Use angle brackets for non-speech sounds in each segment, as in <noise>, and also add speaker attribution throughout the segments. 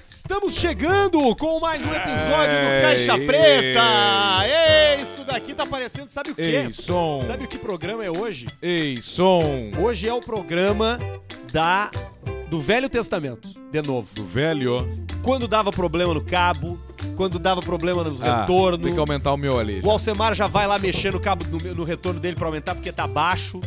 Speaker 1: Estamos chegando com mais um episódio do
Speaker 2: É
Speaker 1: Caixa
Speaker 2: isso.
Speaker 1: Preta. É isso daqui tá parecendo, sabe o quê?
Speaker 2: Ei, som!
Speaker 1: Sabe o que programa é hoje?
Speaker 2: Ei, som!
Speaker 1: Hoje é o programa da do Velho Testamento, de novo.
Speaker 2: Do velho.
Speaker 1: Quando dava problema no cabo, quando dava problema nos retornos.
Speaker 2: Ah, Tem que aumentar o meu ali.
Speaker 1: O Alcemar já vai lá mexer no cabo no, no retorno dele pra aumentar porque tá baixo.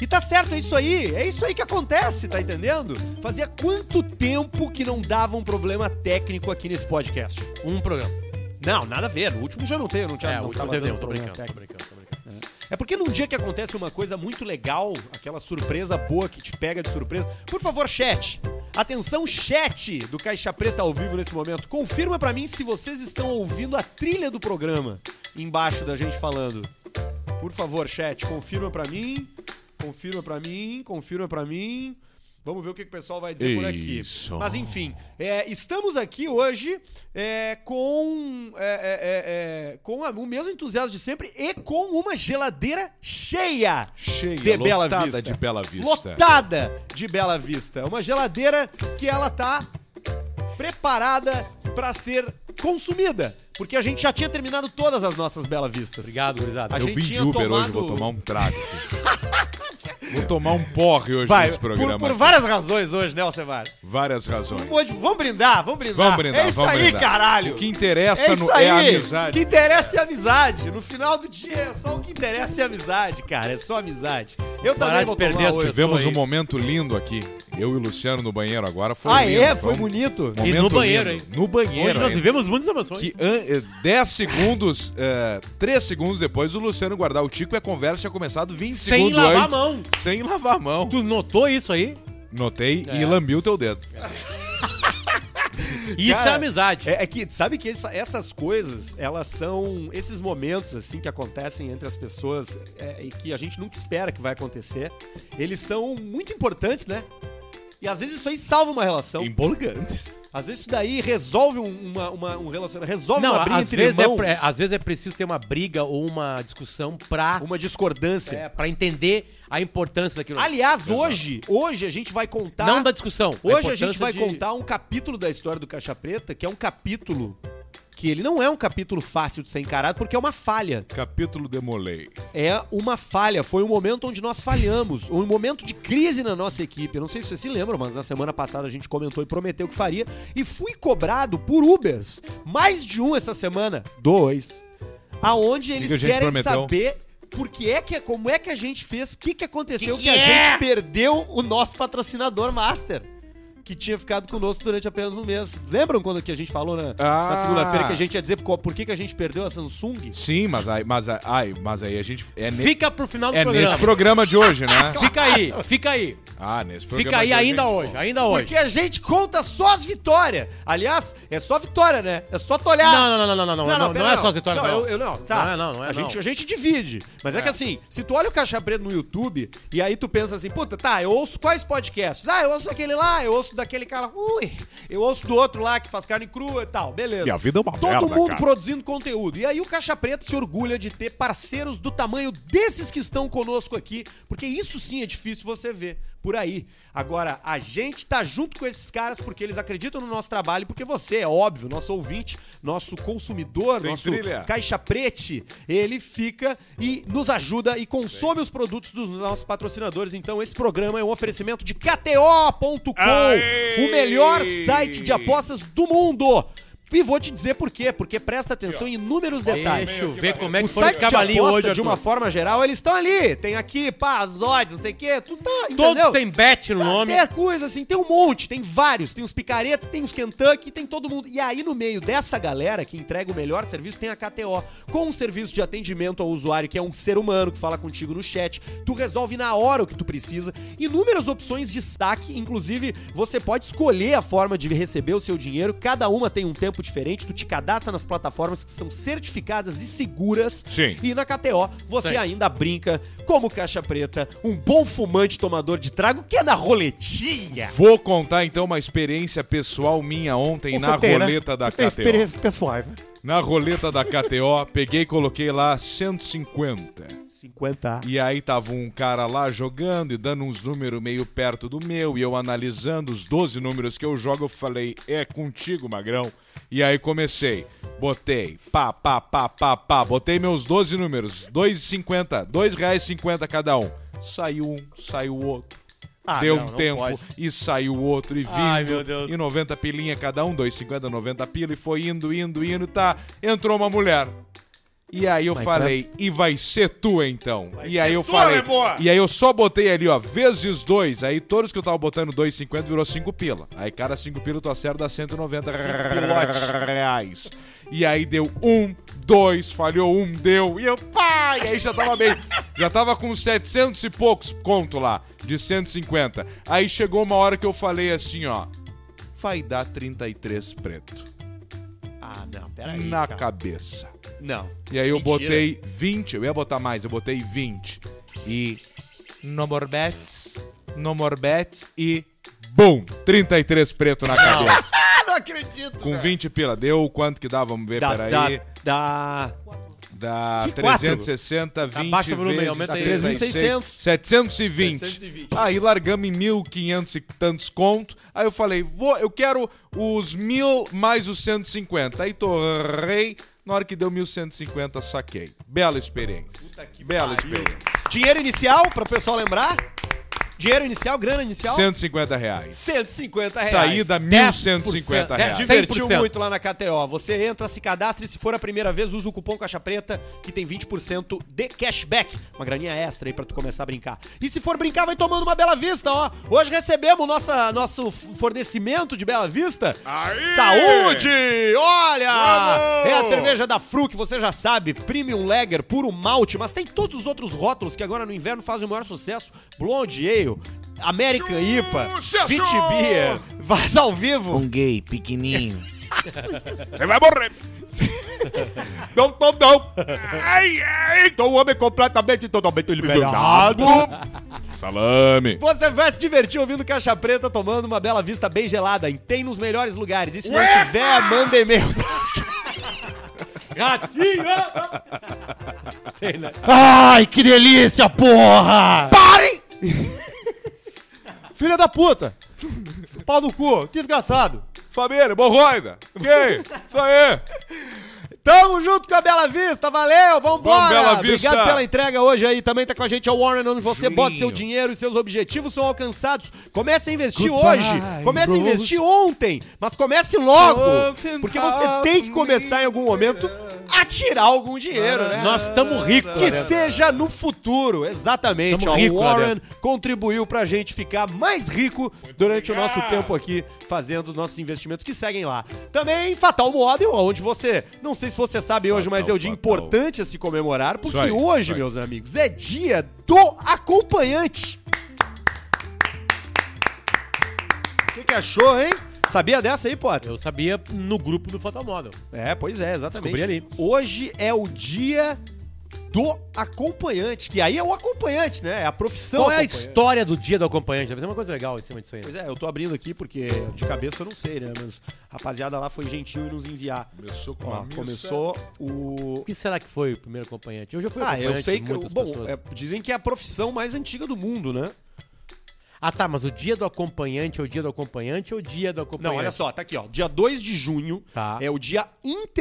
Speaker 1: E tá certo, é isso aí. É isso aí que acontece, tá entendendo? Fazia quanto tempo que não dava um problema técnico aqui nesse podcast?
Speaker 3: Um programa.
Speaker 1: Não, nada a ver. No último já não teve, não tinha
Speaker 3: é,
Speaker 1: não
Speaker 3: o último
Speaker 1: tava
Speaker 3: teve,
Speaker 1: dando
Speaker 3: eu tô
Speaker 1: problema
Speaker 3: brincando, tô
Speaker 1: técnico.
Speaker 3: brincando, tô brincando.
Speaker 1: É porque num dia que acontece uma coisa muito legal, aquela surpresa boa que te pega de surpresa. Por favor, chat. Atenção, chat do Caixa Preta ao vivo nesse momento. Confirma pra mim se vocês estão ouvindo a trilha do programa embaixo da gente falando. Por favor, chat, confirma pra mim. Confirma pra mim, confirma pra mim. Vamos ver o que que o pessoal vai dizer por aqui.
Speaker 2: Isso.
Speaker 1: Mas enfim, é, estamos aqui hoje é, com, é, é, é, é, com a- o mesmo entusiasmo de sempre e com uma geladeira cheia.
Speaker 2: Cheia,
Speaker 1: de Bela
Speaker 2: lotada
Speaker 1: Vista.
Speaker 2: de Bela Vista.
Speaker 1: Lotada de Bela Vista. Uma geladeira que ela tá preparada para ser consumida. Porque a gente já tinha terminado todas as nossas Bela Vistas.
Speaker 3: Obrigado, gurizada.
Speaker 1: A
Speaker 2: Eu
Speaker 1: gente
Speaker 2: vim de
Speaker 1: tinha
Speaker 2: Uber
Speaker 1: tomado-
Speaker 2: hoje, vou tomar um
Speaker 1: <laughs>
Speaker 2: trago. vou tomar um porre hoje
Speaker 1: Vai,
Speaker 2: nesse
Speaker 1: por,
Speaker 2: programa.
Speaker 1: por várias razões hoje, né, Alcemar?
Speaker 2: Várias razões.
Speaker 1: Hoje, vamos brindar, vamos brindar.
Speaker 2: Vamos brindar,
Speaker 1: É isso
Speaker 2: vamos
Speaker 1: aí,
Speaker 2: brindar.
Speaker 1: caralho.
Speaker 2: O que interessa
Speaker 1: é
Speaker 2: no-
Speaker 1: isso aí.
Speaker 2: é a amizade.
Speaker 1: O que interessa é a amizade. No final do dia, é só o que interessa é a amizade, cara. É só amizade. Eu
Speaker 3: Parar
Speaker 1: também
Speaker 3: de
Speaker 1: vou
Speaker 3: perder
Speaker 1: tomar
Speaker 3: as
Speaker 1: hoje.
Speaker 3: pessoas.
Speaker 2: Tivemos
Speaker 3: Isso
Speaker 2: um
Speaker 3: aí.
Speaker 2: momento lindo aqui. Eu e o Luciano no banheiro agora. Foi
Speaker 1: Ah,
Speaker 2: lindo.
Speaker 1: é? Foi
Speaker 2: um
Speaker 1: bonito.
Speaker 3: E
Speaker 2: momento
Speaker 3: no banheiro,
Speaker 2: lindo.
Speaker 3: hein?
Speaker 2: No banheiro.
Speaker 3: Hoje nós
Speaker 2: ainda.
Speaker 3: vivemos muitas emoções.
Speaker 2: Que 10 segundos, 3 segundos depois, o Luciano guardar o Tico e a conversa tinha começado 20
Speaker 3: Sem
Speaker 2: segundos
Speaker 3: lavar
Speaker 2: antes,
Speaker 3: a mão.
Speaker 2: Sem lavar a mão.
Speaker 3: Tu notou isso aí?
Speaker 2: Notei
Speaker 3: É.
Speaker 2: e lambi o teu dedo.
Speaker 3: Isso
Speaker 1: Cara,
Speaker 3: é amizade.
Speaker 1: É, é que, sabe que essa- essas coisas, elas são esses momentos, assim, que acontecem entre as pessoas é, e que a gente nunca espera que vai acontecer. Eles são muito importantes, né? E às vezes isso aí salva uma
Speaker 3: Então-
Speaker 1: relação.
Speaker 2: Empolgantes.
Speaker 1: Às vezes isso daí resolve um, uma- uma- um relacionamento, resolve
Speaker 3: Não,
Speaker 1: uma briga
Speaker 3: às
Speaker 1: entre
Speaker 3: vezes, é,
Speaker 1: irmãos,
Speaker 3: pre- às vezes é preciso ter uma briga ou uma discussão pra,
Speaker 1: uma discordância.
Speaker 3: é, pra entender a importância daquilo.
Speaker 1: Aliás, hoje, hoje a gente vai contar.
Speaker 3: Não da discussão.
Speaker 1: Hoje a gente
Speaker 3: importância
Speaker 1: vai
Speaker 3: de-
Speaker 1: contar um capítulo da história do Caixa Preta, que é um capítulo que ele não é um capítulo fácil de ser encarado, porque é uma falha.
Speaker 2: Capítulo Demolei.
Speaker 1: É uma falha. Foi um momento onde nós falhamos. Um momento de crise na nossa equipe. Eu não sei se vocês se lembram, mas na semana passada a gente comentou e prometeu que faria. E fui cobrado por Ubers. Mais de um essa semana. Dois. Aonde eles
Speaker 2: que a gente
Speaker 1: querem
Speaker 2: prometeu?
Speaker 1: saber. Por que é que, como é que a gente fez, o que, que aconteceu que,
Speaker 3: Que
Speaker 1: a
Speaker 3: que é?
Speaker 1: gente perdeu o nosso patrocinador master, que tinha ficado conosco durante apenas um mês. Lembram quando que a gente falou na, na
Speaker 2: Ah.
Speaker 1: segunda-feira que a gente ia dizer por, por que, que a gente perdeu a Samsung?
Speaker 2: Sim, mas aí, mas aí, ai, mas aí a gente. É, ne-
Speaker 3: Fica pro final do
Speaker 2: é
Speaker 3: programa.
Speaker 2: nesse programa de hoje, né?
Speaker 3: Fica aí, fica aí.
Speaker 2: Ah, nesse programa.
Speaker 3: Fica aí
Speaker 2: de
Speaker 3: ainda
Speaker 2: gente,
Speaker 3: hoje,
Speaker 2: pô.
Speaker 3: ainda hoje.
Speaker 1: Porque a gente conta só as vitórias. Aliás, é só vitória, né? É só tu olhar.
Speaker 3: Não, não, não, não, não, não, não, não,
Speaker 1: pera,
Speaker 3: é só as vitórias.
Speaker 1: Não,
Speaker 3: Não,
Speaker 1: eu, eu não. Tá.
Speaker 3: Não é, não, não é,
Speaker 1: a,
Speaker 3: não.
Speaker 1: Gente, a gente divide. Mas é. que assim, se tu olha o Caixa Preto no YouTube e aí tu pensa assim, puta, tá, eu ouço quais podcasts? Ah, eu ouço daquele lá, eu ouço daquele cara, ui, eu ouço do outro lá que faz carne crua e tal, beleza.
Speaker 2: E a vida é uma
Speaker 1: Todo
Speaker 2: merda,
Speaker 1: mundo
Speaker 2: cara.
Speaker 1: produzindo conteúdo. E aí o Caixa Preta se orgulha de ter parceiros do tamanho desses que estão conosco aqui, porque isso sim é difícil você ver por aí. Agora, a gente tá junto com esses caras porque eles acreditam no nosso trabalho, porque você, é óbvio, nosso ouvinte, nosso consumidor,
Speaker 2: Tem
Speaker 1: nosso
Speaker 2: trilha.
Speaker 1: Caixa Prete, ele fica e nos ajuda e consome os produtos dos nossos patrocinadores. Então, esse programa é um oferecimento de KTO.com,
Speaker 2: Aê!
Speaker 1: o melhor site de apostas do mundo. E vou te dizer por quê, porque presta atenção em inúmeros detalhes.
Speaker 3: Deixa eu ver como é que
Speaker 1: Os
Speaker 3: foi esse
Speaker 1: sites de
Speaker 3: cavalinho
Speaker 1: aposta,
Speaker 3: hoje,
Speaker 1: de uma
Speaker 3: Arthur.
Speaker 1: forma geral, eles estão ali. Tem aqui, pá, as odds, não sei o quê. Tu tá, entendeu?
Speaker 3: Todos têm bet no nome.
Speaker 1: Tem coisa assim, tem um monte, tem vários. Tem os picareta, tem os Kentucky, tem todo mundo. E aí, no meio dessa galera que entrega o melhor serviço, tem a KTO. Com um serviço de atendimento ao usuário, que é um ser humano que fala contigo no chat, tu resolve na hora o que tu precisa. Inúmeras opções de saque, inclusive você pode escolher a forma de receber o seu dinheiro. Cada uma tem um tempo diferente. Tu te cadastra nas plataformas que são certificadas e seguras.
Speaker 2: Sim.
Speaker 1: E na KTO você
Speaker 3: Sim.
Speaker 1: ainda brinca como caixa preta, um bom fumante tomador de trago que é na roletinha.
Speaker 2: Vou contar então uma experiência pessoal minha ontem na roleta da
Speaker 1: Tem
Speaker 2: KTO.
Speaker 1: pessoal. né?
Speaker 2: na roleta da KTO, peguei e coloquei lá 150.
Speaker 1: 50.
Speaker 3: Tá.
Speaker 2: E aí tava um cara lá jogando e dando uns números meio perto do meu, e eu analisando os 12 números que eu jogo, eu falei, é contigo, magrão. E aí comecei, botei, pá, pá, pá, pá, pá, botei meus 12 números, 2,50, R$ reais cada um. Saiu um, saiu outro.
Speaker 3: Ah,
Speaker 2: Deu
Speaker 3: não,
Speaker 2: um
Speaker 3: não
Speaker 2: tempo
Speaker 3: pode.
Speaker 2: e saiu outro e vindo.
Speaker 3: Ai, meu Deus.
Speaker 2: E 90 pilinha cada um, 2,50, 90 pila e foi indo, indo, indo, tá. Entrou uma mulher. E aí eu
Speaker 1: Mas
Speaker 2: falei, e vai ser tu então. e aí eu
Speaker 4: tu,
Speaker 2: falei,
Speaker 4: Leboa!
Speaker 2: e aí eu só botei ali, ó, vezes dois. Aí todos que eu tava botando 2,50 virou 5 pila. Aí cada 5 pila tu acerta dá 190 reais. E aí deu um, dois, falhou um, deu. E eu, pá! E aí já tava bem. Já tava com 700 e poucos conto lá, de 150. Aí chegou uma hora que eu falei assim, ó, vai dar 33 preto.
Speaker 1: Ah, não, peraí.
Speaker 2: na
Speaker 1: cara.
Speaker 2: cabeça.
Speaker 1: Não.
Speaker 2: E aí eu
Speaker 3: Mentira.
Speaker 2: botei 20, eu ia botar mais, eu botei 20. E no more bets, no more bets e bum, 33 preto na cabeça.
Speaker 1: Ah, <laughs> não acredito.
Speaker 2: Com 20 pila, deu quanto que dá? Vamos ver,
Speaker 1: Dá, dá,
Speaker 2: peraí.
Speaker 1: dá.
Speaker 2: Dá
Speaker 1: Que quatro?
Speaker 2: 360, 20
Speaker 3: Abaixa o volume aí,
Speaker 2: vezes
Speaker 3: aumenta aí.
Speaker 2: 3600. 720.
Speaker 1: 720.
Speaker 2: Aí largamos em 1.500 e tantos conto. Aí eu falei, vou, eu quero os 1.000 mais os 150. Aí torrei, na hora que deu 1.150, saquei. Bela experiência. Bela experiência.
Speaker 1: Dinheiro inicial, pra o pessoal lembrar? Dinheiro inicial, grana inicial?
Speaker 2: 150 reais.
Speaker 1: 150 reais.
Speaker 2: Saída 1.150
Speaker 3: 10%.
Speaker 1: É,
Speaker 2: reais.
Speaker 1: divertiu
Speaker 3: 100%.
Speaker 1: muito lá na KTO. Você entra, se cadastra e se for a primeira vez, usa o cupom Caixa Preta, que tem 20% de cashback. Uma graninha extra aí pra tu começar a brincar. E se for brincar, vai tomando uma Bela Vista, ó. Hoje recebemos nossa, nosso fornecimento de Bela Vista.
Speaker 4: Aí!
Speaker 1: Saúde! Olha!
Speaker 4: Vamos!
Speaker 1: É a cerveja da Fru, que você já sabe. Premium Lager, puro malte, mas tem todos os outros rótulos que agora no inverno fazem o maior sucesso. Blonde Ale, American IPA,
Speaker 4: Sucesso!
Speaker 1: Fit Beer, Vaza ao
Speaker 3: Um
Speaker 1: Vivo.
Speaker 5: Um gay pequenininho.
Speaker 4: Você vai
Speaker 2: <laughs>
Speaker 4: morrer.
Speaker 1: Não, não, não.
Speaker 4: Ai, ai.
Speaker 1: Sou um homem completamente e totalmente liberado.
Speaker 4: Salame.
Speaker 1: Você vai se divertir ouvindo Caixa Preta, tomando uma bela vista bem gelada. E tem nos melhores lugares. E se não
Speaker 4: Uefa!
Speaker 1: tiver, manda e-mail.
Speaker 3: Tem, né?
Speaker 5: Ai, que delícia, porra!
Speaker 1: Parem! <laughs> Filha da puta. Pau no cu. Desgraçado.
Speaker 2: Família, hemorroida. Ok, isso aí.
Speaker 1: Tamo junto com a Bela Vista, valeu, vambora!
Speaker 2: Vamos, Bela Vista.
Speaker 1: Obrigado pela entrega hoje aí, também tá com a gente a Warren, onde você
Speaker 2: Julinho.
Speaker 1: bota seu dinheiro e seus objetivos são alcançados. Comece a investir
Speaker 5: Goodbye,
Speaker 1: hoje, comece a
Speaker 5: Rose.
Speaker 1: investir ontem, mas comece logo,
Speaker 2: Open
Speaker 1: porque você
Speaker 2: up
Speaker 1: tem que começar em algum momento a tirar algum dinheiro, né?
Speaker 3: Nós estamos ricos.
Speaker 1: Que
Speaker 3: né?
Speaker 1: seja no futuro, exatamente.
Speaker 3: Tamo
Speaker 1: Ó,
Speaker 3: rico
Speaker 1: o
Speaker 3: lá
Speaker 1: Warren contribuiu pra gente ficar mais rico durante o nosso tempo aqui, fazendo nossos investimentos que seguem lá. Também Fatal Model, onde você, não sei se você sabe hoje, mas é o dia
Speaker 2: fatal.
Speaker 1: importante a se comemorar, porque
Speaker 2: Isso aí,
Speaker 1: hoje,
Speaker 2: isso aí.
Speaker 1: meus amigos, é dia do acompanhante. O que, que achou, hein? Sabia dessa aí, Potter?
Speaker 3: Eu sabia no grupo do Fotomodel.
Speaker 1: É, pois é, exatamente.
Speaker 3: Descobri ali.
Speaker 1: Hoje é o dia do acompanhante, que aí é o acompanhante, né? É a profissão
Speaker 3: Qual é a
Speaker 1: acompanhante.
Speaker 3: história do dia do acompanhante? Deve ter uma coisa legal em cima disso aí. né?
Speaker 1: Pois é, eu tô abrindo aqui porque de cabeça eu não sei, né? Mas a rapaziada lá foi gentil em nos enviar.
Speaker 2: Ah, Começou com
Speaker 1: Ó,
Speaker 3: é
Speaker 1: começou o...
Speaker 3: O que será que foi o primeiro acompanhante? Eu já fui
Speaker 1: Ah,
Speaker 3: acompanhante
Speaker 1: eu sei
Speaker 3: de
Speaker 1: que...
Speaker 3: muitas
Speaker 1: Bom,
Speaker 3: pessoas.
Speaker 1: é, dizem que é a profissão mais antiga do mundo, né?
Speaker 3: Ah, tá, mas o dia do acompanhante é o dia do acompanhante ou o dia do acompanhante?
Speaker 1: Não, olha só, tá aqui, ó. Dia 2 de junho
Speaker 3: Tá.
Speaker 1: é o Dia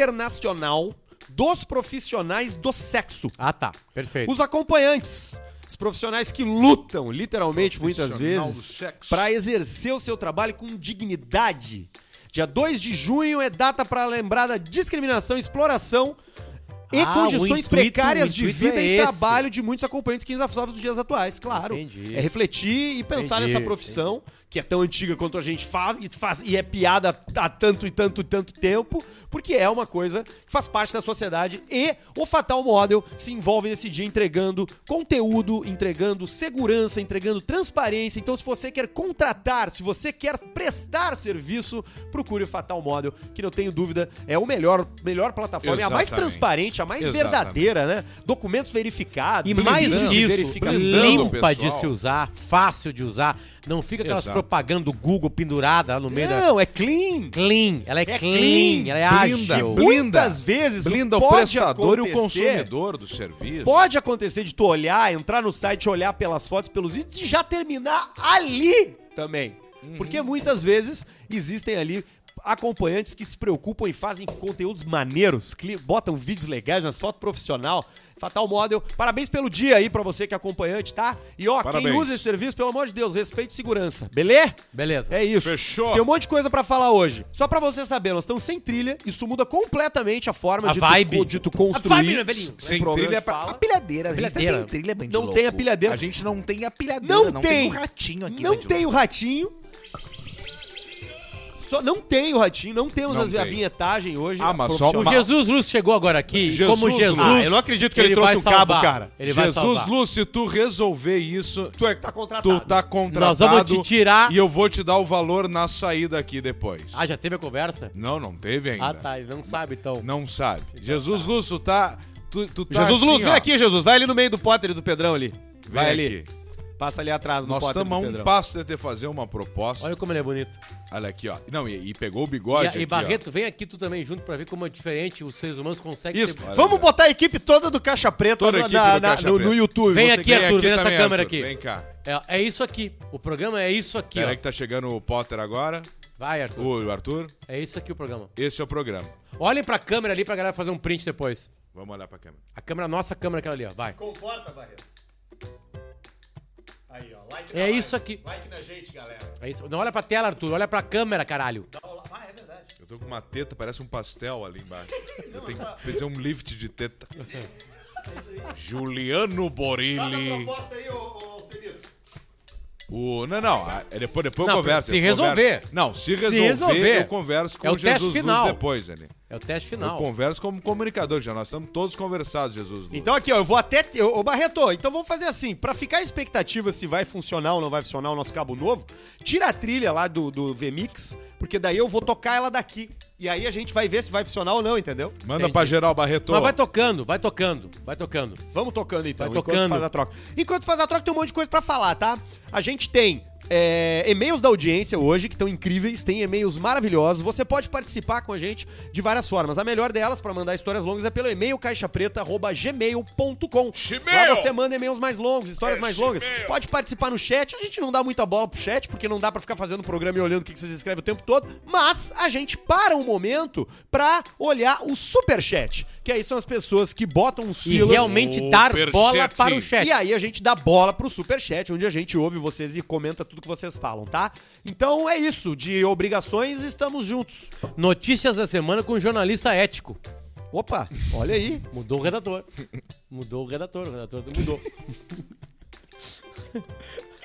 Speaker 1: Internacional dos Profissionais do Sexo.
Speaker 3: Ah, tá. Perfeito.
Speaker 1: Os acompanhantes, os profissionais que lutam, literalmente, muitas
Speaker 2: Profissional do
Speaker 1: vezes,
Speaker 2: sexo.
Speaker 1: para exercer o seu trabalho com dignidade. Dia 2 de junho é data para lembrar da discriminação, exploração e
Speaker 3: Ah, o
Speaker 1: condições
Speaker 3: intuito- o
Speaker 1: precárias de
Speaker 3: intuito
Speaker 1: vida
Speaker 3: é
Speaker 1: e
Speaker 3: esse.
Speaker 1: trabalho de muitos acompanhantes que desafiosos dos dias atuais, claro.
Speaker 3: Entendi.
Speaker 1: É refletir e pensar
Speaker 3: Entendi,
Speaker 1: nessa profissão, que é tão antiga quanto a gente faz e, faz, e é piada há tanto e tanto e tanto tempo, porque é uma coisa que faz parte da sociedade e o Fatal Model se envolve nesse dia entregando conteúdo, entregando segurança, entregando transparência. Então, se você quer contratar, se você quer prestar serviço, procure o Fatal Model, que não tenho dúvida é o melhor, melhor plataforma, é a mais
Speaker 2: Exatamente.
Speaker 1: transparente, a a mais
Speaker 2: Exatamente.
Speaker 1: verdadeira, né? Documentos verificados,
Speaker 3: E mais
Speaker 1: vídeo
Speaker 3: do
Speaker 1: de
Speaker 3: que isso,
Speaker 1: verificação.
Speaker 2: precisando,
Speaker 3: limpa de
Speaker 2: pessoal.
Speaker 3: se usar, fácil de usar. Não fica aquelas
Speaker 2: Exato.
Speaker 3: propagandas do Google pendurada lá no meio da...
Speaker 1: Não, é clean.
Speaker 3: Clean, ela é,
Speaker 1: É
Speaker 3: clean,
Speaker 1: clean,
Speaker 3: ela é
Speaker 2: blinda,
Speaker 3: ágil.
Speaker 2: blinda.
Speaker 1: Muitas vezes
Speaker 2: Blinda o
Speaker 1: pode
Speaker 2: prestador e o
Speaker 1: acontecer-
Speaker 2: consumidor do serviço.
Speaker 1: Pode acontecer de tu olhar, entrar no site, olhar pelas fotos, pelos vídeos e já terminar ali também. Porque muitas vezes existem ali acompanhantes que se preocupam e fazem conteúdos maneiros, cli- botam vídeos legais nas fotos profissional. Fatal Model, parabéns pelo dia aí pra você que é acompanhante, tá? E ó,
Speaker 2: Parabéns.
Speaker 1: quem usa esse serviço, pelo amor de Deus, respeite e segurança, beleza?
Speaker 3: Beleza.
Speaker 1: É isso.
Speaker 2: Fechou.
Speaker 1: Tem um monte de coisa pra falar hoje. Só pra você saber, nós estamos sem trilha. Isso muda completamente a forma
Speaker 3: A
Speaker 1: de,
Speaker 3: vibe.
Speaker 1: Tu, co- de tu construir.
Speaker 3: A vibe, né, velhinho?
Speaker 2: Sem
Speaker 1: Um programa
Speaker 2: trilha
Speaker 1: de
Speaker 2: é pra-
Speaker 1: fala.
Speaker 5: pilhadeira, a gente
Speaker 3: Pilhadeira.
Speaker 5: tá sem trilha, bandido
Speaker 1: Não
Speaker 5: louco.
Speaker 1: tem a pilhadeira.
Speaker 5: A gente não tem a
Speaker 2: tá
Speaker 5: pilhadeira,
Speaker 1: Não, tem.
Speaker 5: um ratinho aqui,
Speaker 1: Não
Speaker 5: bandido
Speaker 1: tem
Speaker 5: louco.
Speaker 1: o ratinho. Só não tem o ratinho, não temos
Speaker 2: Não
Speaker 1: as, a
Speaker 2: tem.
Speaker 1: vinhetagem hoje.
Speaker 2: Ah, mas só
Speaker 1: profissional.
Speaker 3: O Jesus Luz chegou agora aqui, e
Speaker 2: Jesus
Speaker 3: como Jesus...
Speaker 2: Luz. Ah,
Speaker 1: eu não acredito que ele trouxe
Speaker 3: vai
Speaker 1: um cabo,
Speaker 3: salvar.
Speaker 1: cara.
Speaker 3: Ele vai
Speaker 2: Jesus
Speaker 3: salvar.
Speaker 2: Luz, se tu resolver isso, tu, é,
Speaker 1: tá contratado.
Speaker 2: tu tá contratado.
Speaker 3: Nós vamos te tirar...
Speaker 2: E eu vou te dar o valor na saída aqui depois.
Speaker 3: Ah, já teve a conversa?
Speaker 2: Não, não teve ainda.
Speaker 3: Ah, tá, ele não sabe então.
Speaker 2: Não sabe. Jesus Luz, tu tá. Tu, tu tá
Speaker 1: Jesus
Speaker 2: assim,
Speaker 1: Luz,
Speaker 2: ó.
Speaker 1: vem aqui, Jesus. Vai ali no meio do Potter e do Pedrão ali. Vai
Speaker 2: Vem
Speaker 1: ali.
Speaker 2: aqui.
Speaker 1: Passa ali atrás no
Speaker 2: Nós
Speaker 1: Potter e
Speaker 2: estamos a
Speaker 1: do
Speaker 2: um
Speaker 1: Pedrão.
Speaker 2: passo de te fazer uma proposta. Olha,
Speaker 3: Olha como ele é bonito.
Speaker 2: aqui, ó. Não, e, e pegou o
Speaker 3: E,
Speaker 2: bigode.
Speaker 3: e
Speaker 2: aqui, ó.
Speaker 3: Barreto, vem aqui tu também junto pra ver como é diferente os seres humanos conseguem
Speaker 1: Isso.
Speaker 3: ser-
Speaker 2: Olha,
Speaker 1: Vamos
Speaker 2: velho.
Speaker 1: botar a equipe toda do Caixa Preta
Speaker 2: né? Toda a
Speaker 1: na-
Speaker 2: equipe
Speaker 1: na-
Speaker 2: do
Speaker 1: na-
Speaker 2: Caixa
Speaker 1: no,
Speaker 2: Preta.
Speaker 1: no YouTube.
Speaker 3: Vem
Speaker 1: você
Speaker 3: aqui, Arthur, vem nessa
Speaker 2: também,
Speaker 3: câmera
Speaker 2: Arthur.
Speaker 3: aqui.
Speaker 2: Vem cá.
Speaker 3: É, é isso aqui. O programa é isso aqui,
Speaker 2: Peraí
Speaker 3: ó.
Speaker 2: que tá chegando o Potter agora.
Speaker 3: Vai, Arthur.
Speaker 2: O Arthur.
Speaker 3: É isso aqui o programa.
Speaker 2: Esse é o programa.
Speaker 3: Olhem pra câmera ali pra galera fazer um print depois.
Speaker 2: Vamos olhar pra câmera.
Speaker 3: A câmera, nossa câmera, aquela ali, ó. Vai.
Speaker 1: Comporta, Barreto. Aí, ó. Like
Speaker 3: É isso aqui.
Speaker 1: Like na gente, galera.
Speaker 3: É isso. Não olha pra tela, Arthur. Olha pra câmera, caralho.
Speaker 1: Ah, é verdade.
Speaker 2: Eu tô com uma teta, parece um pastel ali embaixo. Eu tenho que fazer um lift de teta. Juliano Borilli.
Speaker 1: proposta aí, ô, Celito.
Speaker 2: O, não, não. a- é Depois, depois eu
Speaker 3: Não,
Speaker 2: converso.
Speaker 3: se
Speaker 2: eu converso.
Speaker 3: resolver.
Speaker 2: Não, se resolver,
Speaker 3: resolver.
Speaker 2: eu converso com
Speaker 3: É o
Speaker 2: o Jesus
Speaker 3: teste
Speaker 2: Luz
Speaker 3: final.
Speaker 2: depois ali.
Speaker 3: É o teste
Speaker 2: Eu
Speaker 3: final.
Speaker 2: converso como comunicador já. Nós estamos todos conversados, Jesus Luz.
Speaker 1: Então aqui, ó, eu vou até. Ô, ô, Barreto, então vamos fazer assim. Pra ficar a expectativa se vai funcionar ou não vai funcionar o nosso cabo novo, tira a trilha lá do, do VMix, porque daí eu vou tocar ela daqui. E aí a gente vai ver se vai funcionar ou não, entendeu?
Speaker 2: Manda
Speaker 3: Entendi.
Speaker 2: pra geral Barreto.
Speaker 3: Mas vai tocando, vai tocando, vai tocando.
Speaker 1: Vamos tocando então,
Speaker 3: Vai
Speaker 1: enquanto
Speaker 3: tocando.
Speaker 1: faz a troca. Enquanto faz a troca, tem um monte de coisa pra falar, tá? A gente tem é, e-mails da audiência hoje, que estão incríveis, tem e-mails maravilhosos. Você pode participar com a gente de várias formas. A melhor delas pra mandar histórias longas é pelo e-mail caixapreta.gmail.com. Lá
Speaker 4: Gmail!
Speaker 1: você manda e-mails mais longos, histórias
Speaker 4: É
Speaker 1: mais longas.
Speaker 4: Gmail.
Speaker 1: Pode participar no chat. A gente não dá muita bola pro chat, porque não dá pra ficar fazendo programa e olhando o que que vocês escrevem o tempo todo. Mas a gente para um momento pra olhar o superchat, que aí são as pessoas que botam um os
Speaker 3: E
Speaker 1: filas-
Speaker 3: realmente dar
Speaker 2: Superchat.
Speaker 3: bola para o chat.
Speaker 1: e aí a gente dá bola pro superchat, onde a gente ouve vocês e comenta tudo que vocês falam, tá? Então é isso, de obrigações estamos juntos.
Speaker 3: Notícias da semana com jornalista ético.
Speaker 1: Opa, olha aí.
Speaker 3: Mudou o redator. Mudou o redator, o redator mudou.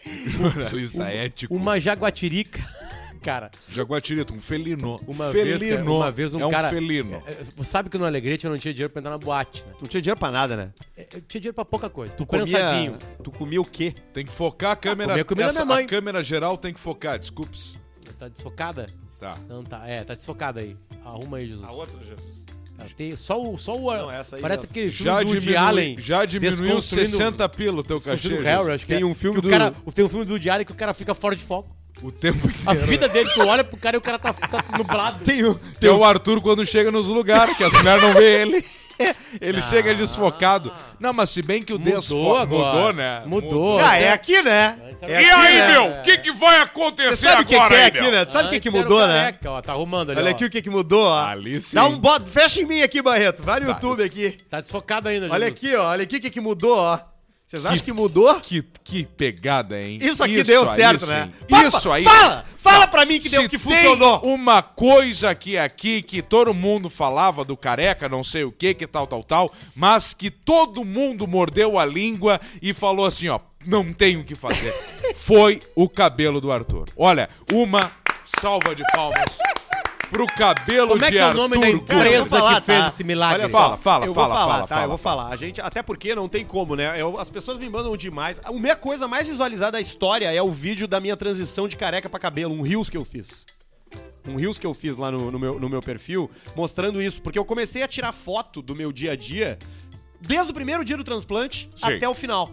Speaker 3: Um-
Speaker 2: Jornalista ético.
Speaker 3: Uma jaguatirica. <laughs> Cara,
Speaker 2: Jaguatirito, um felino.
Speaker 3: uma
Speaker 2: felino.
Speaker 3: vez, cara, uma vez um
Speaker 2: é um
Speaker 3: cara...
Speaker 2: felino.
Speaker 3: É, é, Sabe que no Alegrete eu não tinha dinheiro pra entrar na boate, né? É,
Speaker 1: Não tinha dinheiro pra nada, né?
Speaker 3: Eu tinha dinheiro pra pouca coisa. Tu
Speaker 1: Comia,
Speaker 3: prensadinho.
Speaker 1: tu comia o quê?
Speaker 2: Tem que focar a câmera.
Speaker 3: comer comida da minha mãe.
Speaker 2: A câmera geral tem que focar, desculpes.
Speaker 3: Tá desfocada?
Speaker 2: Tá.
Speaker 3: Não, tá. É, tá desfocada aí. Arruma aí, Jesus.
Speaker 1: outra, Jesus.
Speaker 3: Ela tem só o. Só o
Speaker 1: Não, essa aí
Speaker 3: parece
Speaker 1: mesmo.
Speaker 3: aquele
Speaker 2: Já,
Speaker 3: filme do Woody
Speaker 2: diminui,
Speaker 3: Allen.
Speaker 2: já diminuiu
Speaker 3: desconstruindo-
Speaker 2: 60 pila o teu cachê.
Speaker 3: desconstruindo o
Speaker 2: Jesus.
Speaker 3: Harry, acho que
Speaker 1: Tem
Speaker 3: é.
Speaker 1: um filme
Speaker 3: Que
Speaker 1: do-
Speaker 3: O cara, Ah, tem um filme do Woody Allen que o cara fica fora de foco.
Speaker 2: O tempo
Speaker 3: A
Speaker 2: inteiro.
Speaker 3: vida dele, tu olha pro cara e o cara tá, tá nublado.
Speaker 1: Tem um,
Speaker 2: Que é o Arthur quando chega nos lugares, que as mulheres não vê
Speaker 3: <laughs>
Speaker 2: ele. Ele chega desfocado. Não, mas se bem que o
Speaker 3: Ah. Mudou
Speaker 2: desfoco
Speaker 3: agora.
Speaker 2: mudou, né?
Speaker 3: Mudou.
Speaker 1: Ah, é aqui, né?
Speaker 3: Antes
Speaker 1: É
Speaker 3: era-
Speaker 1: aqui,
Speaker 4: E aí,
Speaker 1: né?
Speaker 4: meu? O que, que vai
Speaker 1: Você
Speaker 4: acontecer
Speaker 1: sabe o que, que
Speaker 4: agora,
Speaker 1: é
Speaker 4: aí,
Speaker 1: aqui,
Speaker 4: meu?
Speaker 1: né? Tu Sabe o que,
Speaker 3: Antes
Speaker 1: que
Speaker 3: era o
Speaker 1: mudou, né?
Speaker 3: careca, ó, tá arrumando ali.
Speaker 1: Olha
Speaker 3: ó.
Speaker 1: aqui o que, que mudou, ó.
Speaker 2: Ali sim.
Speaker 1: Dá um bota, fecha em mim aqui, Barreto. Vai no
Speaker 2: Tá.
Speaker 1: YouTube aqui.
Speaker 3: Tá desfocado ainda,
Speaker 1: Olha
Speaker 3: Jesus.
Speaker 1: aqui, ó. Olha aqui o que, que mudou, ó. Vocês acham que mudou?
Speaker 2: Que, que pegada, hein?
Speaker 1: Isso aqui deu
Speaker 2: aí
Speaker 1: certo,
Speaker 2: sim.
Speaker 1: né?
Speaker 2: Isso aí.
Speaker 1: Fala! Fala pra mim que deu,
Speaker 2: Se
Speaker 1: que
Speaker 2: tem
Speaker 1: funcionou.
Speaker 2: uma coisa que é aqui que todo mundo falava do careca, não sei o que, que tal, tal, tal, mas que todo mundo mordeu a língua e falou assim, ó, não tem o que
Speaker 1: <laughs>
Speaker 2: fazer. Foi o cabelo do Arthur. Olha, uma salva de palmas pro cabelo
Speaker 3: Como é
Speaker 2: de
Speaker 3: que é o nome da
Speaker 2: Arthur
Speaker 3: empresa?
Speaker 2: Gomes.
Speaker 1: eu vou falar,
Speaker 3: que fez
Speaker 1: tá?
Speaker 3: esse milagre.
Speaker 1: Olha só,
Speaker 2: Fala, fala,
Speaker 1: eu vou
Speaker 2: fala,
Speaker 1: falar,
Speaker 2: fala,
Speaker 1: tá?
Speaker 2: fala.
Speaker 1: Eu vou falar. A gente, até porque não tem como, né? Eu- as pessoas me mandam demais. A minha coisa mais visualizada da história é o vídeo da minha transição de careca pra cabelo, um rios que eu fiz. um Reels que eu fiz lá no, no meu, no meu perfil, mostrando isso, porque eu comecei a tirar foto do meu dia a dia desde o primeiro dia do transplante
Speaker 4: Sim.
Speaker 1: até o final.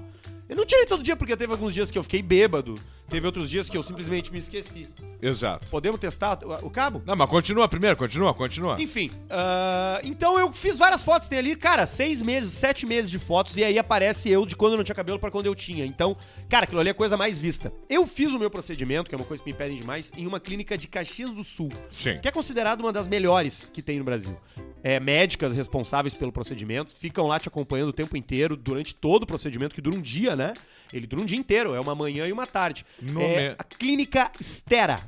Speaker 1: Eu não tirei todo dia porque teve alguns dias que eu fiquei bêbado, teve outros dias que eu simplesmente me esqueci.
Speaker 2: Exato.
Speaker 1: Podemos testar o o cabo?
Speaker 2: Não, mas continua primeiro, continua, continua.
Speaker 1: Enfim, ah, então eu fiz várias fotos. Tem ali, cara, seis meses, sete meses de fotos. E aí aparece eu de quando eu não tinha cabelo pra quando eu tinha. Então, cara, aquilo ali é a coisa mais vista. Eu fiz o meu procedimento, que é uma coisa que me pedem demais, em uma clínica de Caxias do Sul.
Speaker 2: Sim.
Speaker 1: Que é considerada uma das melhores que tem no Brasil. É, médicas responsáveis pelo procedimento ficam lá te acompanhando o tempo inteiro, durante todo o procedimento, que dura um dia, né? Ele dura um dia inteiro, é uma manhã e uma tarde.
Speaker 2: No
Speaker 1: é
Speaker 2: me-
Speaker 1: a Clínica Estera.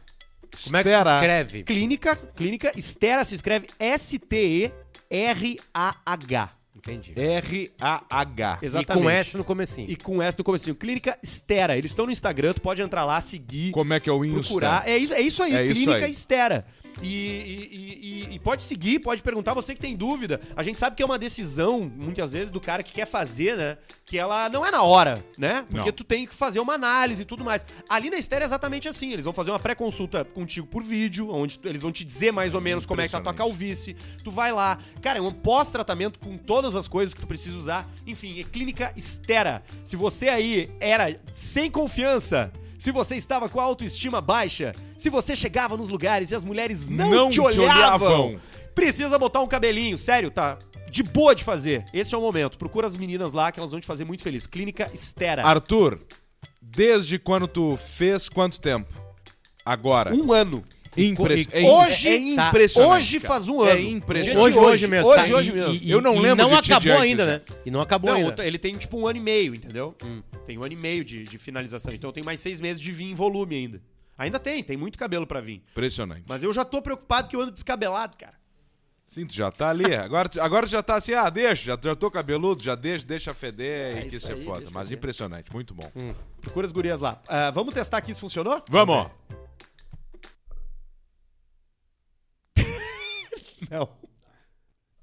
Speaker 3: Como é que se
Speaker 2: Espera.
Speaker 3: escreve?
Speaker 1: Clínica, clínica Estera se escreve S-T-E-R-A-H.
Speaker 3: Entendi.
Speaker 2: R-A-H.
Speaker 1: Exatamente.
Speaker 3: E com S no comecinho.
Speaker 1: E com S no comecinho. Clínica Estera. Eles estão no Instagram, tu pode entrar lá, seguir,
Speaker 2: Como é que é o Insta?
Speaker 1: procurar. É isso, é isso aí,
Speaker 2: É isso
Speaker 1: Clínica
Speaker 2: aí.
Speaker 1: Estera. E, e- e- e- e pode seguir, pode perguntar, você que tem dúvida. A gente sabe que é uma decisão, muitas vezes, do cara que quer fazer, né? Que ela não é na hora, né? Porque
Speaker 2: Não.
Speaker 1: tu tem que fazer uma análise e tudo mais. Ali na Estera é exatamente assim. Eles vão fazer uma pré-consulta contigo por vídeo, onde tu- eles vão te dizer mais ou menos como é que tá a tua
Speaker 2: Impressionante.
Speaker 1: calvície. Tu vai lá. Cara, é um pós-tratamento com todas as coisas que tu precisa usar. Enfim, é clínica estera. Se você aí era sem confiança, se você estava com a autoestima baixa, se você chegava nos lugares e as mulheres não,
Speaker 2: Não
Speaker 1: te
Speaker 2: te
Speaker 1: olhavam,
Speaker 2: olhavam.
Speaker 1: precisa botar um cabelinho. Sério, tá? De boa de fazer. Esse é o momento. Procura as meninas lá que elas vão te fazer muito feliz. Clínica Estera.
Speaker 2: Ah, Arthur, desde quando tu fez quanto tempo? Agora.
Speaker 1: Um ano.
Speaker 2: Impres-
Speaker 3: e-
Speaker 2: é im-
Speaker 1: hoje-
Speaker 2: é impressionante.
Speaker 1: hoje
Speaker 2: cara.
Speaker 1: faz um ano.
Speaker 2: É impressionante.
Speaker 3: Hoje, hoje mesmo. Tá
Speaker 1: Hoje,
Speaker 3: E-
Speaker 1: hoje
Speaker 3: e-
Speaker 1: mesmo.
Speaker 3: e-
Speaker 2: Eu não
Speaker 3: e
Speaker 2: lembro
Speaker 3: não
Speaker 2: de ti de
Speaker 3: acabou
Speaker 2: antes,
Speaker 3: ainda,
Speaker 2: né?
Speaker 3: né? E não acabou
Speaker 1: Não,
Speaker 3: ainda.
Speaker 1: o t- ele tem tipo um ano e meio, entendeu? Tem um ano e meio de, de finalização. Então tem mais seis meses de vir em volume ainda. Ainda tem, tem muito cabelo pra vir.
Speaker 2: Impressionante.
Speaker 1: Mas eu já tô preocupado que eu ando descabelado, cara.
Speaker 2: Sim, tu já tá ali. Agora, tu- agora tu já tá assim, ah, deixa, já, já tô cabeludo, já deixa, deixa feder
Speaker 1: É
Speaker 2: e que
Speaker 1: isso
Speaker 2: isso é
Speaker 1: aí,
Speaker 2: foda.
Speaker 1: deixa
Speaker 2: Mas
Speaker 1: feder.
Speaker 2: impressionante, muito bom.
Speaker 1: Hum. Procura as gurias lá. Ah, vamos testar aqui se funcionou?
Speaker 4: Vamos.
Speaker 1: Não.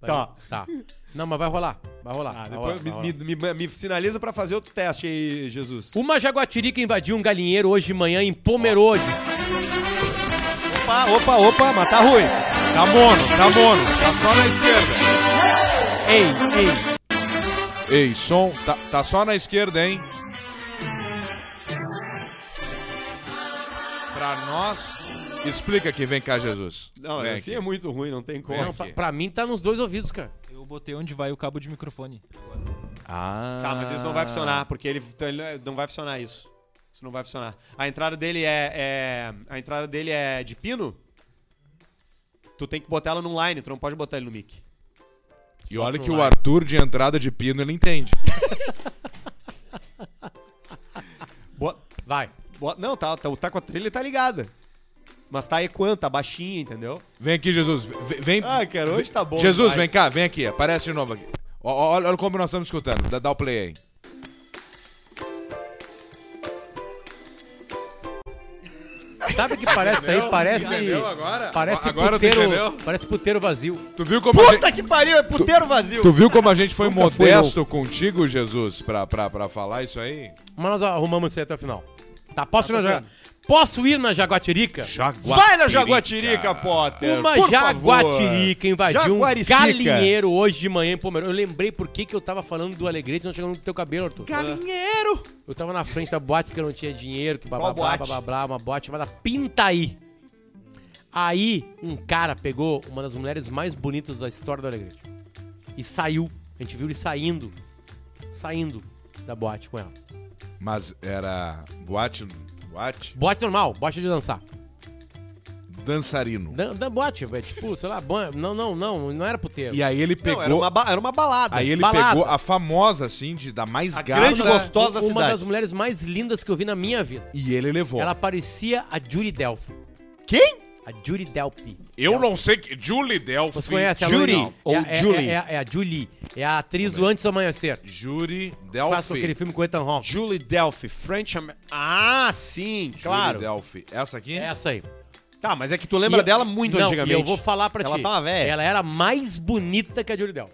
Speaker 3: Vai-
Speaker 1: Tá.
Speaker 3: Tá. Não, mas vai rolar. Vai rolar.
Speaker 1: Ah,
Speaker 3: vai
Speaker 1: depois
Speaker 3: rolar, vai rolar.
Speaker 1: me, me- me- me sinaliza pra fazer outro teste aí, Jesus.
Speaker 3: Uma jaguatirica invadiu um galinheiro hoje de manhã em Pomerode.
Speaker 1: Opa, opa, opa, mas tá ruim.
Speaker 2: Tá mono, tá mono. Tá só na esquerda.
Speaker 3: Ei, ei.
Speaker 2: Ei, som, tá, tá só na esquerda, hein? Pra nós. Explica aqui, vem cá, Jesus.
Speaker 1: Não,
Speaker 2: vem
Speaker 1: assim
Speaker 2: aqui.
Speaker 1: é muito ruim, não tem como.
Speaker 2: Vem
Speaker 3: Não,
Speaker 2: aqui.
Speaker 3: pra, pra mim tá nos dois ouvidos, cara.
Speaker 6: Eu botei onde vai o cabo de microfone.
Speaker 2: Ah.
Speaker 1: Tá, mas isso não vai funcionar, porque ele então, ele não vai funcionar isso. Isso não vai funcionar. A entrada dele é, é- A entrada dele é de pino? Tu tem que botar ela no line, tu não pode botar ele no mic.
Speaker 2: E olha que o Arthur de entrada de pino ele entende.
Speaker 1: Bo-
Speaker 3: Vai.
Speaker 1: bo- não, tá, tá, tá com a trilha tá ligada. Mas tá equanta, tá baixinha, entendeu?
Speaker 2: Vem aqui, Jesus. Vem. vem-
Speaker 1: Ah, cara, hoje tá bom
Speaker 2: Jesus,
Speaker 1: demais.
Speaker 2: vem cá, vem aqui. Aparece de novo aqui. Ó, ó, Olha, olha como nós estamos escutando. Dá, dá o play aí.
Speaker 3: Sabe o que parece aí? Parece.
Speaker 2: entendeu agora?
Speaker 3: Parece
Speaker 2: Agora tu
Speaker 3: puteiro.
Speaker 2: entendeu?
Speaker 3: Parece puteiro vazio.
Speaker 2: Tu viu como a gente,
Speaker 1: Puta que pariu, é puteiro vazio.
Speaker 2: tu viu como a gente foi
Speaker 1: Nunca fui
Speaker 2: modesto contigo, Jesus, pra, pra, pra falar isso aí?
Speaker 3: Mas nós arrumamos isso aí até o final. Tá, posso ir na jagu... Posso ir na Jaguatirica?
Speaker 1: Vai na Jaguatirica, Potter.
Speaker 3: Uma
Speaker 1: por
Speaker 3: jaguatirica
Speaker 1: favor.
Speaker 3: invadiu um
Speaker 1: Jaguaricica.
Speaker 3: galinheiro hoje de manhã em Pomerode. Eu lembrei por que, que eu tava falando do Alegrete e não chegando no teu cabelo, Arthur.
Speaker 1: Galinheiro.
Speaker 3: Eu tava na frente da boate porque eu não tinha dinheiro, que blá blá
Speaker 1: Qual
Speaker 3: blá,
Speaker 1: boate?
Speaker 3: blá blá blá, uma boate chamada Pintaí. Aí um cara pegou uma das mulheres mais bonitas da história do Alegrete e saiu. A gente viu ele saindo, saindo da boate com ela.
Speaker 2: Mas era boate, boate
Speaker 3: Boate normal, boate de dançar.
Speaker 2: dançarino.
Speaker 3: Dan, dan- boate, velho, tipo, sei lá, ban... não, não, não, não era puteiro.
Speaker 2: E aí ele
Speaker 1: Não,
Speaker 2: pegou,
Speaker 1: era uma, ba- era uma balada.
Speaker 2: aí ele
Speaker 3: balada.
Speaker 2: pegou a famosa assim de da mais
Speaker 1: A
Speaker 2: gata
Speaker 1: grande gostosa da
Speaker 3: uma
Speaker 1: cidade.
Speaker 3: das mulheres mais lindas que eu vi na minha vida.
Speaker 2: e ele levou.
Speaker 3: Ela parecia a Judy Delphi.
Speaker 1: Quem?
Speaker 3: A Judy Delphi.
Speaker 4: Eu não sei que. Julie Delphi.
Speaker 3: Você conhece
Speaker 1: Judy
Speaker 3: a Judy
Speaker 1: ou
Speaker 3: é, é-
Speaker 1: Julie?
Speaker 3: É, é- é a Julie. É a atriz do Antes do Amanhecer.
Speaker 2: Júri
Speaker 3: Faça
Speaker 2: Delphi.
Speaker 3: aquele filme com o Ethan Hawke.
Speaker 1: Julie Delphi, French Am Ah, sim,
Speaker 2: Julie
Speaker 1: claro.
Speaker 2: Delphi. Essa aqui?
Speaker 3: É essa aí.
Speaker 1: Tá, mas é que tu lembra
Speaker 3: E-
Speaker 1: dela muito
Speaker 3: não,
Speaker 1: antigamente.
Speaker 3: E eu vou falar pra
Speaker 1: Ela
Speaker 3: ti.
Speaker 1: tava velha.
Speaker 3: Ela era mais bonita que a Julie Delphi.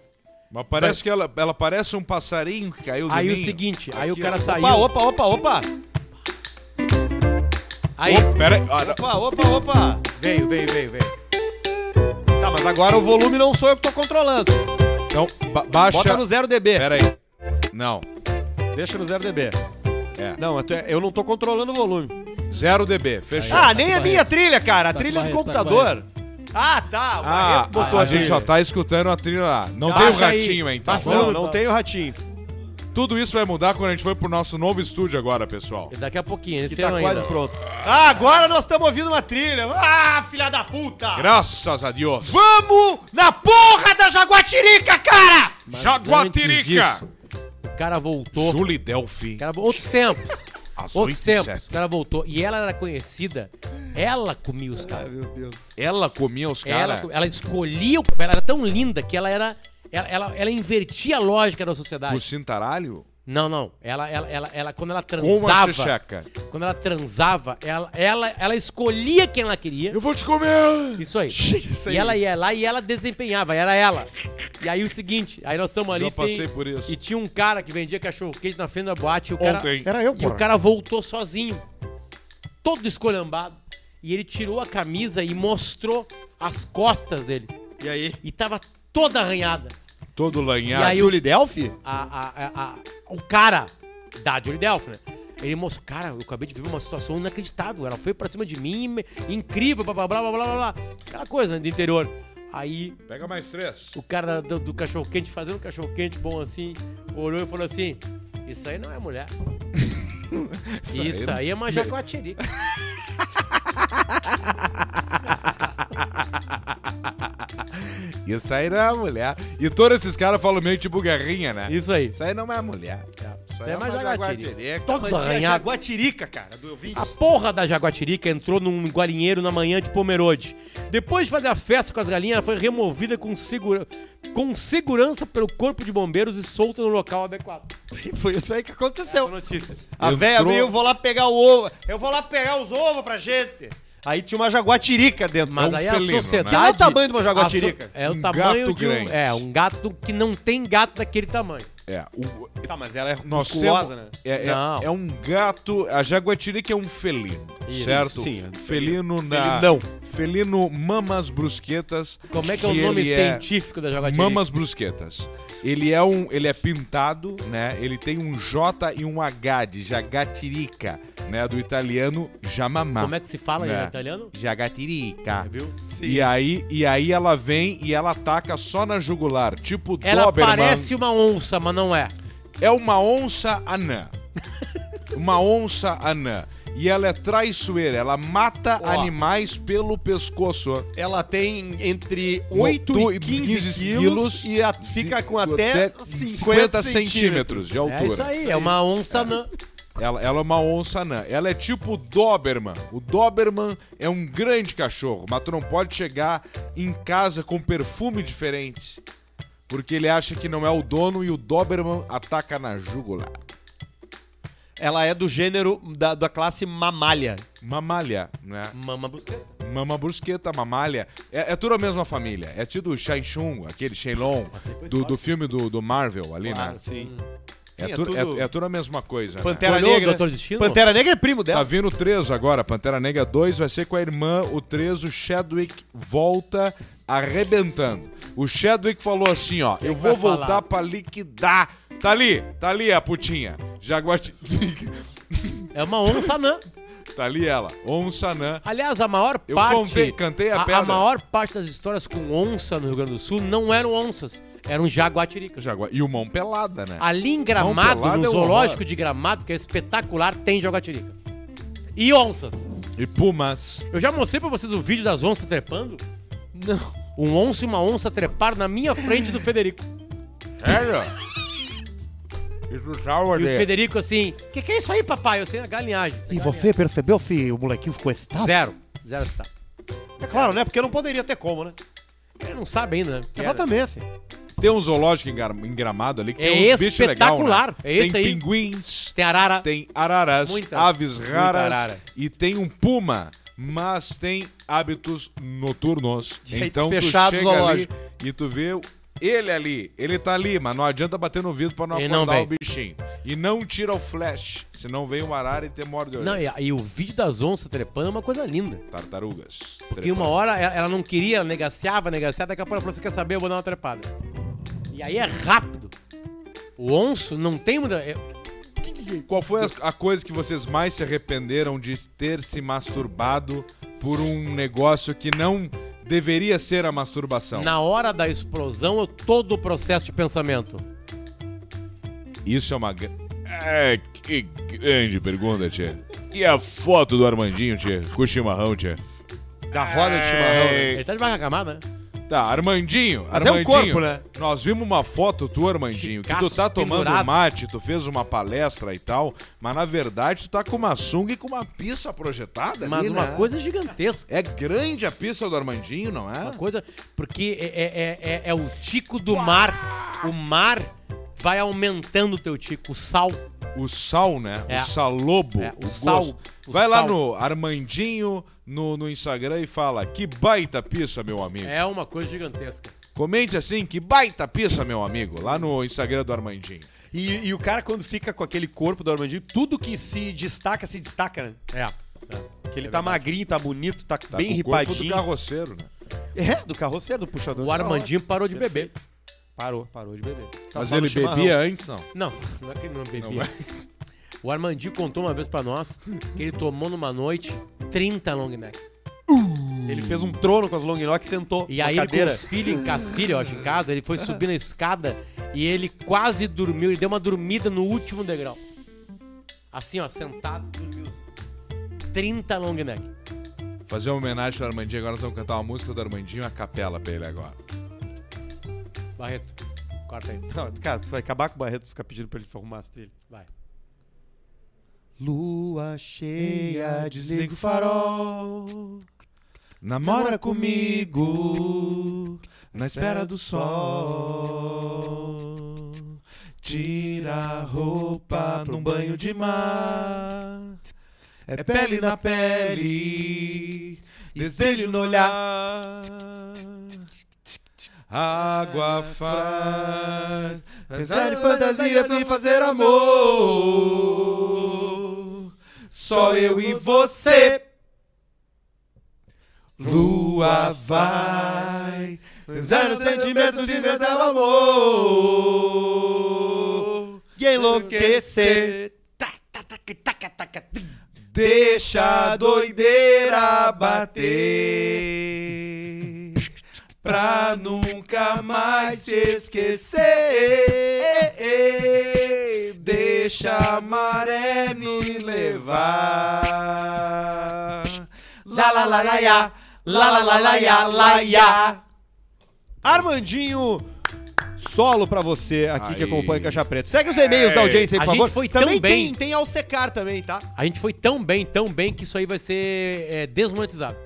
Speaker 2: Mas parece que ela, ela parece um passarinho que caiu do
Speaker 3: Aí
Speaker 2: ninho.
Speaker 3: o seguinte, aí o
Speaker 2: Aqui,
Speaker 3: cara
Speaker 2: ó.
Speaker 3: saiu.
Speaker 1: Opa, opa, opa, opa.
Speaker 3: Aí,
Speaker 4: Pera aí. olha,
Speaker 1: Opa,
Speaker 2: Ah,
Speaker 1: opa, opa.
Speaker 3: Veio, veio, veio, veio.
Speaker 1: Tá, mas agora o volume não sou eu que tô controlando.
Speaker 2: Então, ba- baixa.
Speaker 1: Bota no 0 dB.
Speaker 2: Pera aí. Não.
Speaker 1: Deixa no 0 dB.
Speaker 2: É.
Speaker 1: Não, eu tô- eu não tô controlando o volume.
Speaker 2: 0 dB. Fechou.
Speaker 1: ah, nem a minha trilha, cara. A trilha
Speaker 6: Barreto,
Speaker 1: do
Speaker 6: tá com
Speaker 1: computador. ah, tá. O
Speaker 2: Ah,
Speaker 1: Barreto botou
Speaker 2: a,
Speaker 1: a,
Speaker 2: gente
Speaker 1: trilha.
Speaker 2: já tá escutando a trilha lá. Não
Speaker 3: é Baixa
Speaker 2: tem o
Speaker 3: aí.
Speaker 2: ratinho, hein? Tá
Speaker 3: Baixa
Speaker 2: bom?
Speaker 3: aí.
Speaker 1: Não, não tem o ratinho.
Speaker 2: Tudo isso vai mudar quando a gente for pro nosso novo estúdio agora, pessoal.
Speaker 3: Daqui a pouquinho,
Speaker 1: Que
Speaker 3: esse
Speaker 1: tá
Speaker 3: ano
Speaker 1: quase
Speaker 3: ainda.
Speaker 1: pronto. Ah, agora nós estamos ouvindo uma trilha. Ah, filha da puta!
Speaker 2: Graças a Deus.
Speaker 1: Vamos na porra da Jaguatirica, cara!
Speaker 3: Mas antes
Speaker 2: Jaguatirica!
Speaker 3: disso, O cara voltou.
Speaker 2: Julie Delphi.
Speaker 3: O cara- Outros tempos.
Speaker 2: Às
Speaker 3: Outros
Speaker 2: 8 e
Speaker 3: tempos. O
Speaker 2: 7.
Speaker 3: cara voltou. E ela era conhecida. Ela comia os caras.
Speaker 1: meu Deus. <laughs>
Speaker 2: Ela comia os
Speaker 3: Ela,
Speaker 2: caras.
Speaker 3: co- ela escolhia o cabelo. Ela era tão linda que ela era. Ela, ela, ela invertia a lógica da sociedade.
Speaker 2: O cintaralho?
Speaker 3: Não, não. Ela, ela, ela, ela- quando ela
Speaker 2: Com a
Speaker 3: transava.
Speaker 2: checheca.
Speaker 3: Quando ela transava, ela, ela, ela escolhia quem ela queria.
Speaker 2: Eu vou te comer!
Speaker 3: Isso aí. E ela ia lá e ela desempenhava, era ela. E aí o seguinte, aí nós estamos ali.
Speaker 2: Já passei por isso.
Speaker 3: E tinha um cara que vendia cachorro quente na frente da boate e o cara.
Speaker 2: Ontem.
Speaker 1: Era Ah, eu,
Speaker 3: E o
Speaker 1: porra.
Speaker 3: cara voltou sozinho, todo escolhambado. E ele tirou a camisa e mostrou as costas dele.
Speaker 1: E aí?
Speaker 3: E tava toda arranhada.
Speaker 2: Todo
Speaker 3: E
Speaker 2: lanhado.
Speaker 3: aí o-
Speaker 1: Julie Delphi?
Speaker 3: A- a- a- a- o cara da Julie Delphi, né? Ele mostrou, cara, eu acabei de viver uma situação inacreditável. Ela foi pra cima de mim, me- incrível, blá blá blá blá blá blá. blá. Aquela coisa né, do interior. Aí
Speaker 2: Pega mais três.
Speaker 3: o cara do, do cachorro quente, fazendo um cachorro quente bom assim, olhou e falou assim: Isso aí não é mulher. isso, aí, é uma jaguatirica.
Speaker 2: Isso aí não é mulher. E todos esses caras falam meio tipo guerrinha, né?
Speaker 3: Isso aí.
Speaker 2: Isso aí não é mulher.
Speaker 3: Isso aí é uma jaguatirica.
Speaker 1: Todo
Speaker 3: Todo
Speaker 1: Mas é a
Speaker 3: arranhado.
Speaker 1: Jaguatirica, cara, do ouvinte.
Speaker 3: A porra da jaguatirica entrou num galinheiro na manhã de Pomerode. Depois de fazer a festa com as galinhas, ela foi removida com, segura... com segurança pelo corpo de bombeiros e solta no local adequado.
Speaker 1: Ah, <laughs> Foi isso aí que aconteceu.
Speaker 3: Essa notícia.
Speaker 1: A
Speaker 2: Entrou-
Speaker 1: véia abriu, eu vou lá pegar o ovo. Eu vou lá pegar os ovos pra gente. Aí tinha uma jaguatirica dentro.
Speaker 3: Mas
Speaker 2: um
Speaker 3: aí
Speaker 2: felino,
Speaker 3: a
Speaker 2: né?
Speaker 3: sociedade...
Speaker 1: Que é o tamanho de uma jaguatirica?
Speaker 3: A so- É o
Speaker 2: Um
Speaker 3: tamanho
Speaker 2: gato
Speaker 3: de um...
Speaker 2: grande.
Speaker 3: É, um gato que não tem gato daquele tamanho.
Speaker 2: É. O,
Speaker 1: Tá, mas ela é
Speaker 2: nós
Speaker 1: musculosa,
Speaker 2: temos-
Speaker 1: né?
Speaker 2: É, é-
Speaker 3: Não.
Speaker 2: é um gato. A jaguatirica é um felino,
Speaker 3: Isso,
Speaker 2: certo?
Speaker 1: sim, é um
Speaker 2: Felino na.
Speaker 1: Felinão.
Speaker 2: Felino mamas brusquetas.
Speaker 3: Como é que é o nome
Speaker 2: ele é
Speaker 3: científico da jaguatirica?
Speaker 2: Mamas brusquetas. Ele é um, ele é pintado, né? Ele tem um J e um H de jagatirica, né? Do italiano jamamá.
Speaker 3: Como é que se fala
Speaker 2: É. Ah.
Speaker 3: em italiano?
Speaker 2: Jagatirica.
Speaker 3: Viu?
Speaker 2: E aí, e aí ela vem e ela ataca só na jugular, tipo
Speaker 3: Ela
Speaker 2: Doberman.
Speaker 3: parece uma onça, mas não é.
Speaker 2: É uma onça anã. uma onça anã. E ela é traiçoeira, ela mata
Speaker 1: Ó.
Speaker 2: animais pelo pescoço.
Speaker 1: Ela tem entre 8
Speaker 2: Tu-
Speaker 1: e 15,
Speaker 2: 15
Speaker 1: quilos
Speaker 2: quilos
Speaker 1: e a- fica com
Speaker 2: de-
Speaker 1: até,
Speaker 2: até
Speaker 1: 50, centímetros.
Speaker 2: de
Speaker 3: É isso
Speaker 2: altura.
Speaker 3: aí, é uma onça não.
Speaker 2: ela, ela é uma onça anã. Ela é tipo Doberman. O Doberman é um grande cachorro, mas tu não pode chegar em casa com perfume diferente. Porque ele acha que não é o dono e o Doberman ataca na jugular.
Speaker 1: Ela é do gênero da, da classe mamalha.
Speaker 2: Mamalha, né?
Speaker 3: Mama busqueta.
Speaker 2: Mama brusqueta, mamalha. É, é tudo a mesma família. É tido o Shang Tsung, aquele Shenlong, do, do filme do, do Marvel ali, né?
Speaker 1: sim.
Speaker 2: É,
Speaker 1: Sim, Hum. é
Speaker 2: tu- é-
Speaker 1: tudo-
Speaker 2: é tudo a mesma coisa. né?
Speaker 1: Pantera
Speaker 3: Olhou o
Speaker 1: Negra.
Speaker 3: Dr. Destino?
Speaker 1: Pantera Negra é primo
Speaker 2: Tá
Speaker 1: dela.
Speaker 2: vindo o 3 agora, Pantera Negra 2 vai ser com a irmã, o 3, o Chadwick volta arrebentando. O Chadwick falou assim, ó, eu
Speaker 3: que
Speaker 2: vou
Speaker 3: vai falar?
Speaker 2: voltar pra liquidar. Tá ali, tá ali a putinha. Jaguati...
Speaker 3: É uma onça anã.
Speaker 2: <laughs> tá ali ela, onça né? anã.
Speaker 3: Aliás, a maior
Speaker 2: Eu
Speaker 3: parte.
Speaker 2: contei, cantei a
Speaker 3: a,
Speaker 2: pedra.
Speaker 3: maior parte das histórias com onça no Rio Grande do Sul não eram onças, eram jaguatiricas.
Speaker 2: Jagua... E o mão pelada, né?
Speaker 3: Ali em
Speaker 2: Mão
Speaker 3: Gramado,
Speaker 2: pelada
Speaker 3: no
Speaker 2: é um
Speaker 3: zoológico
Speaker 2: horror.
Speaker 3: de Gramado, que é espetacular, tem jaguatirica. E onças.
Speaker 2: E pumas.
Speaker 3: Eu já mostrei pra vocês o vídeo das onças trepando.
Speaker 1: Não.
Speaker 3: Um onça e uma onça treparam na minha frente do Federico.
Speaker 2: <laughs> Sério? Isso tá
Speaker 3: E o Federico assim, que que é isso aí, papai? Eu sei a galinhagem.
Speaker 7: E você percebeu se o molequinho ficou excitado?
Speaker 3: Zero. Zero está.
Speaker 1: É claro, né? Porque não poderia ter como, né?
Speaker 3: Ele não sabe ainda, né?
Speaker 7: Exatamente.
Speaker 2: Tem um zoológico em, Gar- em Gramado ali que
Speaker 3: É
Speaker 2: tem uns bichos legais. né?
Speaker 3: espetacular, é esse
Speaker 2: tem
Speaker 3: aí.
Speaker 2: pinguins,
Speaker 3: Tem arara.
Speaker 2: tem araras,
Speaker 3: Muitas.
Speaker 2: aves
Speaker 3: Muita
Speaker 2: raras
Speaker 3: arara.
Speaker 2: e tem um puma, mas tem hábitos noturnos.
Speaker 1: E aí,
Speaker 2: então
Speaker 1: fechado o
Speaker 2: tu chega ali
Speaker 1: zoológico.
Speaker 2: e tu vê Ele ali, ele tá ali, mas não adianta bater no vidro pra não
Speaker 3: Ele não
Speaker 2: acordar o
Speaker 3: vem.
Speaker 2: bichinho. E não tira o flash, senão vem uma arara e te morde o
Speaker 3: Não,
Speaker 2: olho.
Speaker 3: e, e o vídeo das onças trepando é uma coisa linda.
Speaker 2: Tartarugas.
Speaker 3: Porque uma hora ela, ela não queria, ela negaciava, negaciava, daqui a pouco ela falou, você quer saber, eu vou dar uma trepada. E aí é rápido. O onço não tem muita... é-
Speaker 2: Qual foi a, a coisa que vocês mais se arrependeram de ter se masturbado por um negócio que não deveria ser a masturbação?
Speaker 3: na hora da explosão, eu- todo o processo de pensamento.
Speaker 2: Isso é uma. gra- É, que grande pergunta, tia. E a foto do Armandinho, tia? Com o chimarrão, tia?
Speaker 1: Da roda de chimarrão, né?
Speaker 3: Ele tá debaixo da camada, né?
Speaker 2: Tá, Armandinho.
Speaker 1: Mas é um
Speaker 2: Armandinho,
Speaker 1: corpo, né?
Speaker 2: Nós vimos uma foto tua, Armandinho, que tu
Speaker 3: Chicaço,
Speaker 2: tá tomando
Speaker 3: pendurado.
Speaker 2: mate, tu fez uma palestra e tal, mas na verdade tu tá com uma sunga e com uma pista projetada
Speaker 3: Mas
Speaker 2: ali,
Speaker 3: uma
Speaker 2: né?
Speaker 3: coisa gigantesca.
Speaker 2: É grande a pista do Armandinho, não é?
Speaker 3: Uma coisa. Porque é, é- é- é- é o tico do mar. O mar vai aumentando o teu tico. O sal.
Speaker 2: O sal, né?
Speaker 3: É.
Speaker 2: O salobo.
Speaker 3: É, o
Speaker 2: o
Speaker 3: sal,
Speaker 2: gosto.
Speaker 3: o
Speaker 2: Vai lá
Speaker 3: sal.
Speaker 2: no Armandinho no, no Instagram e fala: Que baita pista, meu amigo.
Speaker 3: É uma coisa gigantesca.
Speaker 2: Comente assim: Que baita pista, meu amigo. Lá no Instagram do Armandinho.
Speaker 1: E, e o cara, quando fica com aquele corpo do Armandinho, tudo que se destaca, se destaca, né?
Speaker 3: É.
Speaker 1: Que ele tá magrinho, tá bonito, tá,
Speaker 2: Tá
Speaker 1: bem
Speaker 2: com o corpo do
Speaker 1: ripadinho.
Speaker 2: carroceiro, né?
Speaker 1: É, do carroceiro, do puxador.
Speaker 3: O
Speaker 1: de carroça.
Speaker 3: Armandinho parou de beber.
Speaker 1: Parou, parou de beber. Tá
Speaker 2: Mas
Speaker 1: só no
Speaker 2: ele
Speaker 1: chimarrão.
Speaker 2: bebia antes, não.
Speaker 3: Não, não é que ele não bebia.
Speaker 2: Não,
Speaker 3: O Armandinho contou uma vez pra nós que ele tomou numa noite 30 long neck.
Speaker 1: Ele fez um trono com as long neck e sentou
Speaker 3: E
Speaker 1: na
Speaker 3: aí ele com
Speaker 1: cadeira.
Speaker 3: os filhos, em- com as filhas, eu acho, em casa, ele foi subir na escada e ele quase dormiu, ele deu uma dormida no último degrau. Assim, ó, sentado, dormiu. 30 long neck.
Speaker 2: Fazer uma homenagem pro Armandinho. Agora nós vamos cantar uma música do Armandinho, a capela pra ele agora.
Speaker 3: Barreto, corta aí,
Speaker 1: Não, cara, tu vai acabar com o Barreto ficar pedindo pra ele arrumar as trilhas.
Speaker 3: vai.
Speaker 1: Lua cheia, desliga o farol.
Speaker 2: Namora comigo, na espera do sol. Tira a roupa num banho de mar. É pele na pele, desejo no olhar. Água faz pensar em fantasias e fazer amor. Só eu e você. Lua vai pensar no sentimento de verdadeiro amor.
Speaker 1: E enlouquecer.
Speaker 2: Deixa a doideira bater Pra nunca mais se esquecer Deixa a maré me levar
Speaker 1: Lá, lá, lá, lá, iá. Lá, lá, lá, lá, iá, lá, iá. Armandinho, solo pra você aqui que
Speaker 2: Aí.
Speaker 1: acompanha o Caixa Preta. Segue os e-mails da audiência aí, por
Speaker 3: É, A
Speaker 1: favor.
Speaker 3: gente foi tão
Speaker 1: também
Speaker 3: bem.
Speaker 1: tem, tem ao secar também, tá?
Speaker 3: A gente foi tão bem, tão bem, que isso aí vai ser é, desmonetizado.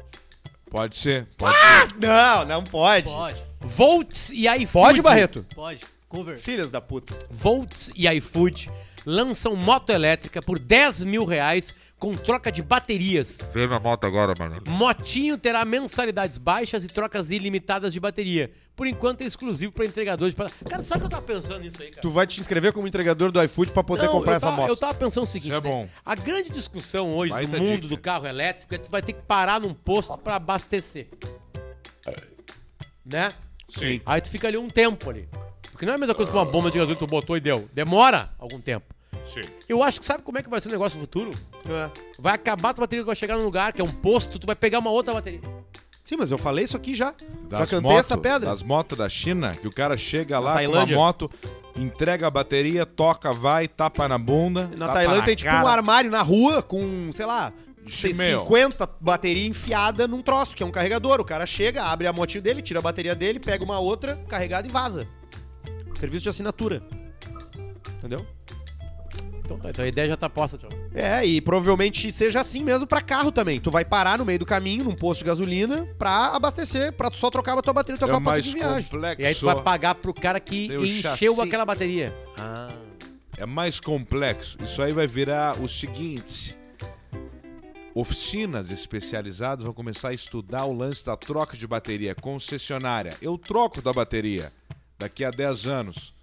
Speaker 2: Pode ser, pode
Speaker 1: Não, não pode.
Speaker 3: Pode. Volts e iFood.
Speaker 1: Pode, Barreto?
Speaker 3: Pode. Cover.
Speaker 1: Filhas da puta.
Speaker 3: Volts e iFood lançam moto elétrica por 10 mil reais com troca de baterias.
Speaker 4: Vem na moto agora, mano.
Speaker 3: Motinho terá mensalidades baixas e trocas ilimitadas de bateria. Por enquanto é exclusivo para entregadores. de pa- Cara, sabe o que eu tava pensando nisso aí, cara?
Speaker 1: Tu vai te inscrever como entregador do iFood pra poder
Speaker 3: Não,
Speaker 1: comprar
Speaker 3: eu
Speaker 1: essa
Speaker 3: tava-
Speaker 1: moto.
Speaker 3: Eu tava pensando o seguinte,
Speaker 2: Isso é
Speaker 3: né?
Speaker 2: bom.
Speaker 3: a grande discussão hoje
Speaker 2: Baita
Speaker 3: do mundo
Speaker 2: dica.
Speaker 3: do carro elétrico é que tu vai ter que parar num posto para abastecer. Né?
Speaker 4: Sim.
Speaker 3: Aí tu fica ali um tempo ali. Porque não é a mesma coisa que uma bomba de gasolina que tu botou e deu. Demora algum tempo.
Speaker 4: Sim.
Speaker 3: Eu acho que sabe como é que vai ser o negócio no futuro?
Speaker 1: É.
Speaker 3: Vai acabar a tua bateria, tu vai chegar num lugar que é um posto, tu vai pegar uma outra bateria.
Speaker 1: Sim, mas eu falei isso aqui já. já
Speaker 2: Das
Speaker 1: cantei
Speaker 2: moto-
Speaker 1: essa pedra.
Speaker 2: Das motos da China, que o cara chega lá com uma
Speaker 1: Tailândia.
Speaker 2: moto, entrega a bateria, toca, vai, tapa na bunda.
Speaker 1: Na
Speaker 2: tapa
Speaker 1: Tailândia
Speaker 2: na
Speaker 1: tem tipo um
Speaker 2: cara.
Speaker 1: armário na rua com, sei lá,
Speaker 2: Sim,
Speaker 1: 50 bateria enfiada num troço, que é um carregador. O cara chega, abre a motinha dele, tira a bateria dele, pega uma outra carregada e vaza. Serviço de assinatura. Entendeu?
Speaker 3: Então tá, então a ideia já tá posta, tchau.
Speaker 1: É, e provavelmente seja assim mesmo pra carro também. Tu vai parar no meio do caminho, num posto de gasolina, pra abastecer, pra tu só trocar a tua bateria e
Speaker 2: É
Speaker 1: tua
Speaker 2: o
Speaker 1: capacidade
Speaker 2: mais
Speaker 1: de viagem.
Speaker 2: complexo.
Speaker 3: E aí tu vai pagar pro cara que
Speaker 2: Deu
Speaker 3: encheu
Speaker 2: chassi.
Speaker 3: aquela bateria. Ah.
Speaker 2: É mais complexo. Isso aí vai virar o seguinte. Oficinas especializadas vão começar a estudar o lance da troca de bateria. Concessionária, eu troco da bateria. daqui a 10 anos.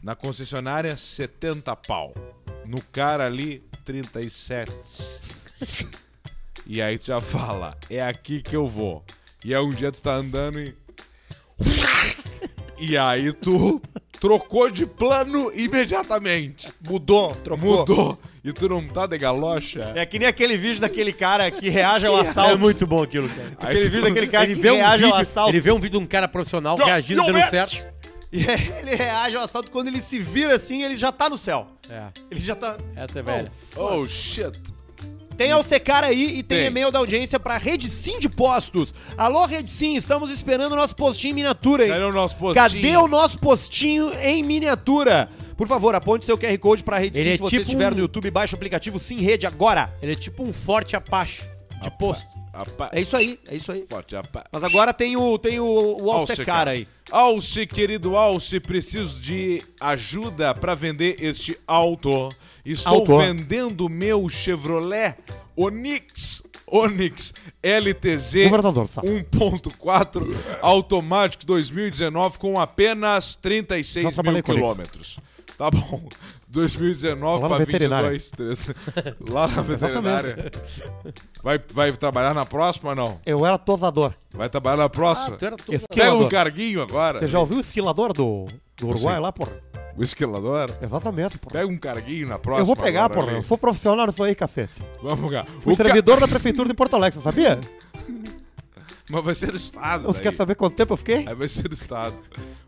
Speaker 2: Na concessionária, 70 pau. No cara ali, 37. e aí tu já fala, é aqui que eu vou. E aí um dia tu tá andando e. <laughs> e aí tu trocou de plano imediatamente.
Speaker 1: Mudou, trocou.
Speaker 2: Mudou. E tu não tá de galocha?
Speaker 1: É que nem aquele vídeo daquele cara <laughs> que reage ao assalto.
Speaker 3: É muito bom aquilo, cara.
Speaker 2: Aí
Speaker 1: Aquele
Speaker 2: tu-
Speaker 1: vídeo daquele cara
Speaker 3: Ele
Speaker 1: que
Speaker 3: vê, um
Speaker 1: reage
Speaker 3: vídeo,
Speaker 1: ao assalto.
Speaker 3: ele vê um vídeo de um cara profissional
Speaker 4: Não,
Speaker 3: reagindo,
Speaker 4: não
Speaker 3: dando
Speaker 4: é.
Speaker 3: certo.
Speaker 1: E É, ele reage ao assalto quando ele se vira assim, ele já tá no céu.
Speaker 3: É,
Speaker 1: Ele já tá.
Speaker 3: essa é velha.
Speaker 2: Oh shit.
Speaker 1: Tem ao secar aí e tem,
Speaker 2: Tem.
Speaker 1: e-mail da audiência pra Rede Sim de Postos. Alô, Rede Sim, estamos esperando o nosso postinho em miniatura, hein?
Speaker 2: Cadê o nosso postinho?
Speaker 1: Cadê o nosso postinho em miniatura? Por favor, aponte seu QR Code pra Rede
Speaker 3: Ele
Speaker 1: Sim
Speaker 3: é
Speaker 1: se você
Speaker 3: tipo
Speaker 1: estiver
Speaker 3: um-
Speaker 1: no YouTube, baixa o aplicativo Sim Rede agora.
Speaker 3: Ele é tipo um forte Apache de posto.
Speaker 2: Apa-
Speaker 1: É isso aí, é isso aí.
Speaker 2: Forte, apa-
Speaker 1: Mas agora tem o, tem o, o ao
Speaker 2: Alce,
Speaker 1: secar
Speaker 2: cara.
Speaker 1: aí.
Speaker 2: Alce, querido Alce, preciso de ajuda para vender este auto. Estou
Speaker 7: Auto.
Speaker 2: vendendo meu Chevrolet Onix, Onix LTZ
Speaker 7: Governador, sabe?
Speaker 2: 1.4 automático 2019 com apenas 36
Speaker 7: Já
Speaker 2: mil
Speaker 7: trabalhei com
Speaker 2: quilômetros. Tá bom. 2019
Speaker 7: Lá na
Speaker 2: para
Speaker 7: veterinária.
Speaker 2: 22, 13. <laughs> Lá na veterinária. Vai, vai trabalhar na próxima ou não?
Speaker 7: Eu era tosador.
Speaker 2: Vai trabalhar na próxima?
Speaker 3: Ah, tu era tu.
Speaker 2: Pega um
Speaker 7: Esquilador.
Speaker 2: carguinho agora.
Speaker 7: Você já ouviu o esquilador do, do Uruguai
Speaker 2: Sim.
Speaker 7: lá, porra?
Speaker 2: O esquilador?
Speaker 7: Exatamente, porra.
Speaker 2: Pega um carguinho na próxima.
Speaker 7: Eu vou pegar,
Speaker 2: agora,
Speaker 7: porra.
Speaker 2: né?
Speaker 7: Eu sou profissional nisso aí, cacete.
Speaker 2: Vamos lá.
Speaker 7: Fui
Speaker 2: O ca-
Speaker 7: servidor da prefeitura de Porto Alegre, você sabia?
Speaker 2: <laughs> Mas vai ser o Estado.
Speaker 7: Você
Speaker 2: Daí.
Speaker 7: quer saber quanto tempo eu fiquei?
Speaker 2: Aí vai ser o Estado.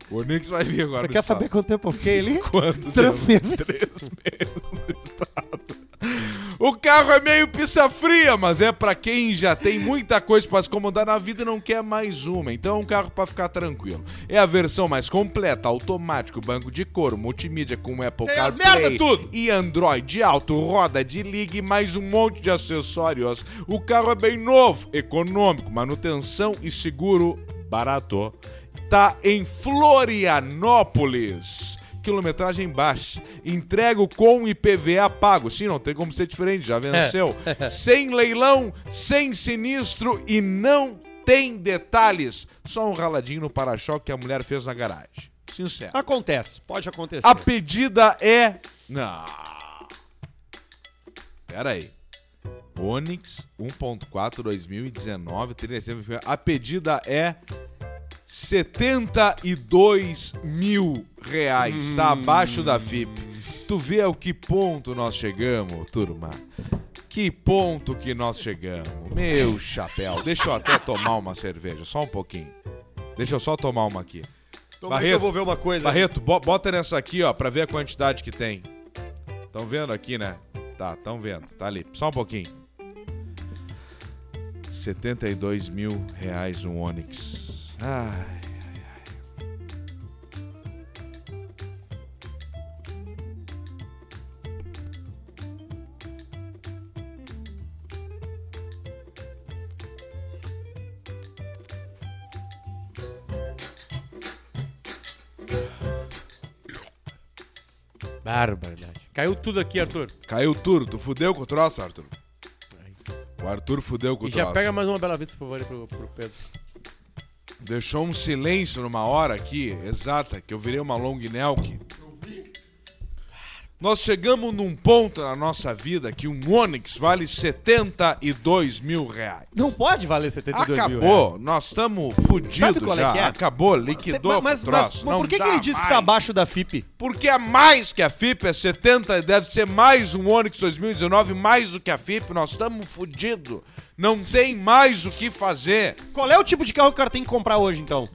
Speaker 2: O Onix vai vir agora.
Speaker 7: Você
Speaker 2: no
Speaker 7: quer
Speaker 2: estado.
Speaker 7: saber quanto tempo eu fiquei ali?
Speaker 2: <laughs> Quanto
Speaker 7: Três
Speaker 2: tempo?
Speaker 7: meses.
Speaker 2: Três meses no Estado. O carro é meio pizza fria, mas é pra quem já tem muita coisa pra se acomodar na vida e não quer mais uma. Então é um carro pra ficar tranquilo. É a versão mais completa, automático, banco de couro, multimídia com Apple
Speaker 1: Tem as merda
Speaker 2: CarPlay
Speaker 1: tudo.
Speaker 2: e Android alto, roda de ligue e mais um monte de acessórios. O carro é bem novo, econômico, manutenção e seguro barato. Tá em Florianópolis quilometragem baixa. Entrego com IPVA pago. Sim, não tem como ser diferente, já venceu. sem leilão, sem sinistro e não tem detalhes. Só um raladinho no para-choque que a mulher fez na garagem. Sincero.
Speaker 1: Acontece, pode acontecer.
Speaker 2: A pedida é. Não. Pera aí. Onix 1.4 2019, 37. A pedida é 72 mil reais. Tá abaixo da FIP. Tu vê ao que ponto nós chegamos, turma. Que ponto que nós chegamos. Meu chapéu. Deixa eu até tomar uma cerveja, só um pouquinho. Deixa eu só tomar uma aqui.
Speaker 1: Então,
Speaker 2: Barreto.
Speaker 1: que eu vou ver uma coisa.
Speaker 2: Barreto, bo- bota nessa aqui, ó, pra ver a quantidade que tem. Tão vendo aqui, né? Tá, tão vendo. Tá ali. Só um pouquinho. 72 mil reais um Onix. Ai, ai,
Speaker 3: Barbaridade. Caiu tudo aqui, Arthur.
Speaker 2: ai. Caiu tudo. Tu fudeu com o troço, Arthur? O Arthur fudeu com o
Speaker 3: E já
Speaker 2: troço.
Speaker 3: pega mais uma Bela Vista, por favor, aí pro, pro Pedro.
Speaker 2: Deixou um silêncio numa hora aqui, exata, que eu virei uma long nelk. Nós chegamos num ponto na nossa vida que um Onix vale 72 mil reais.
Speaker 1: Não pode valer 72 mil reais.
Speaker 2: Acabou, nós estamos
Speaker 1: Sabe
Speaker 2: fudidos
Speaker 1: qual é
Speaker 2: já.
Speaker 1: que é?
Speaker 2: Acabou,
Speaker 1: Cê-
Speaker 2: liquidou
Speaker 1: mas,
Speaker 2: o
Speaker 1: mas-
Speaker 2: troço.
Speaker 1: mas
Speaker 2: Não
Speaker 1: por que, que
Speaker 2: dá
Speaker 1: ele disse que
Speaker 2: mais.
Speaker 1: tá abaixo da FIP?
Speaker 2: Porque a mais que a FIP é 70, e deve ser mais um Onix 2019, mais do que a FIP, nós estamos fudidos. Não tem mais o que fazer.
Speaker 1: Qual é o tipo de carro que o cara tem que comprar hoje, então?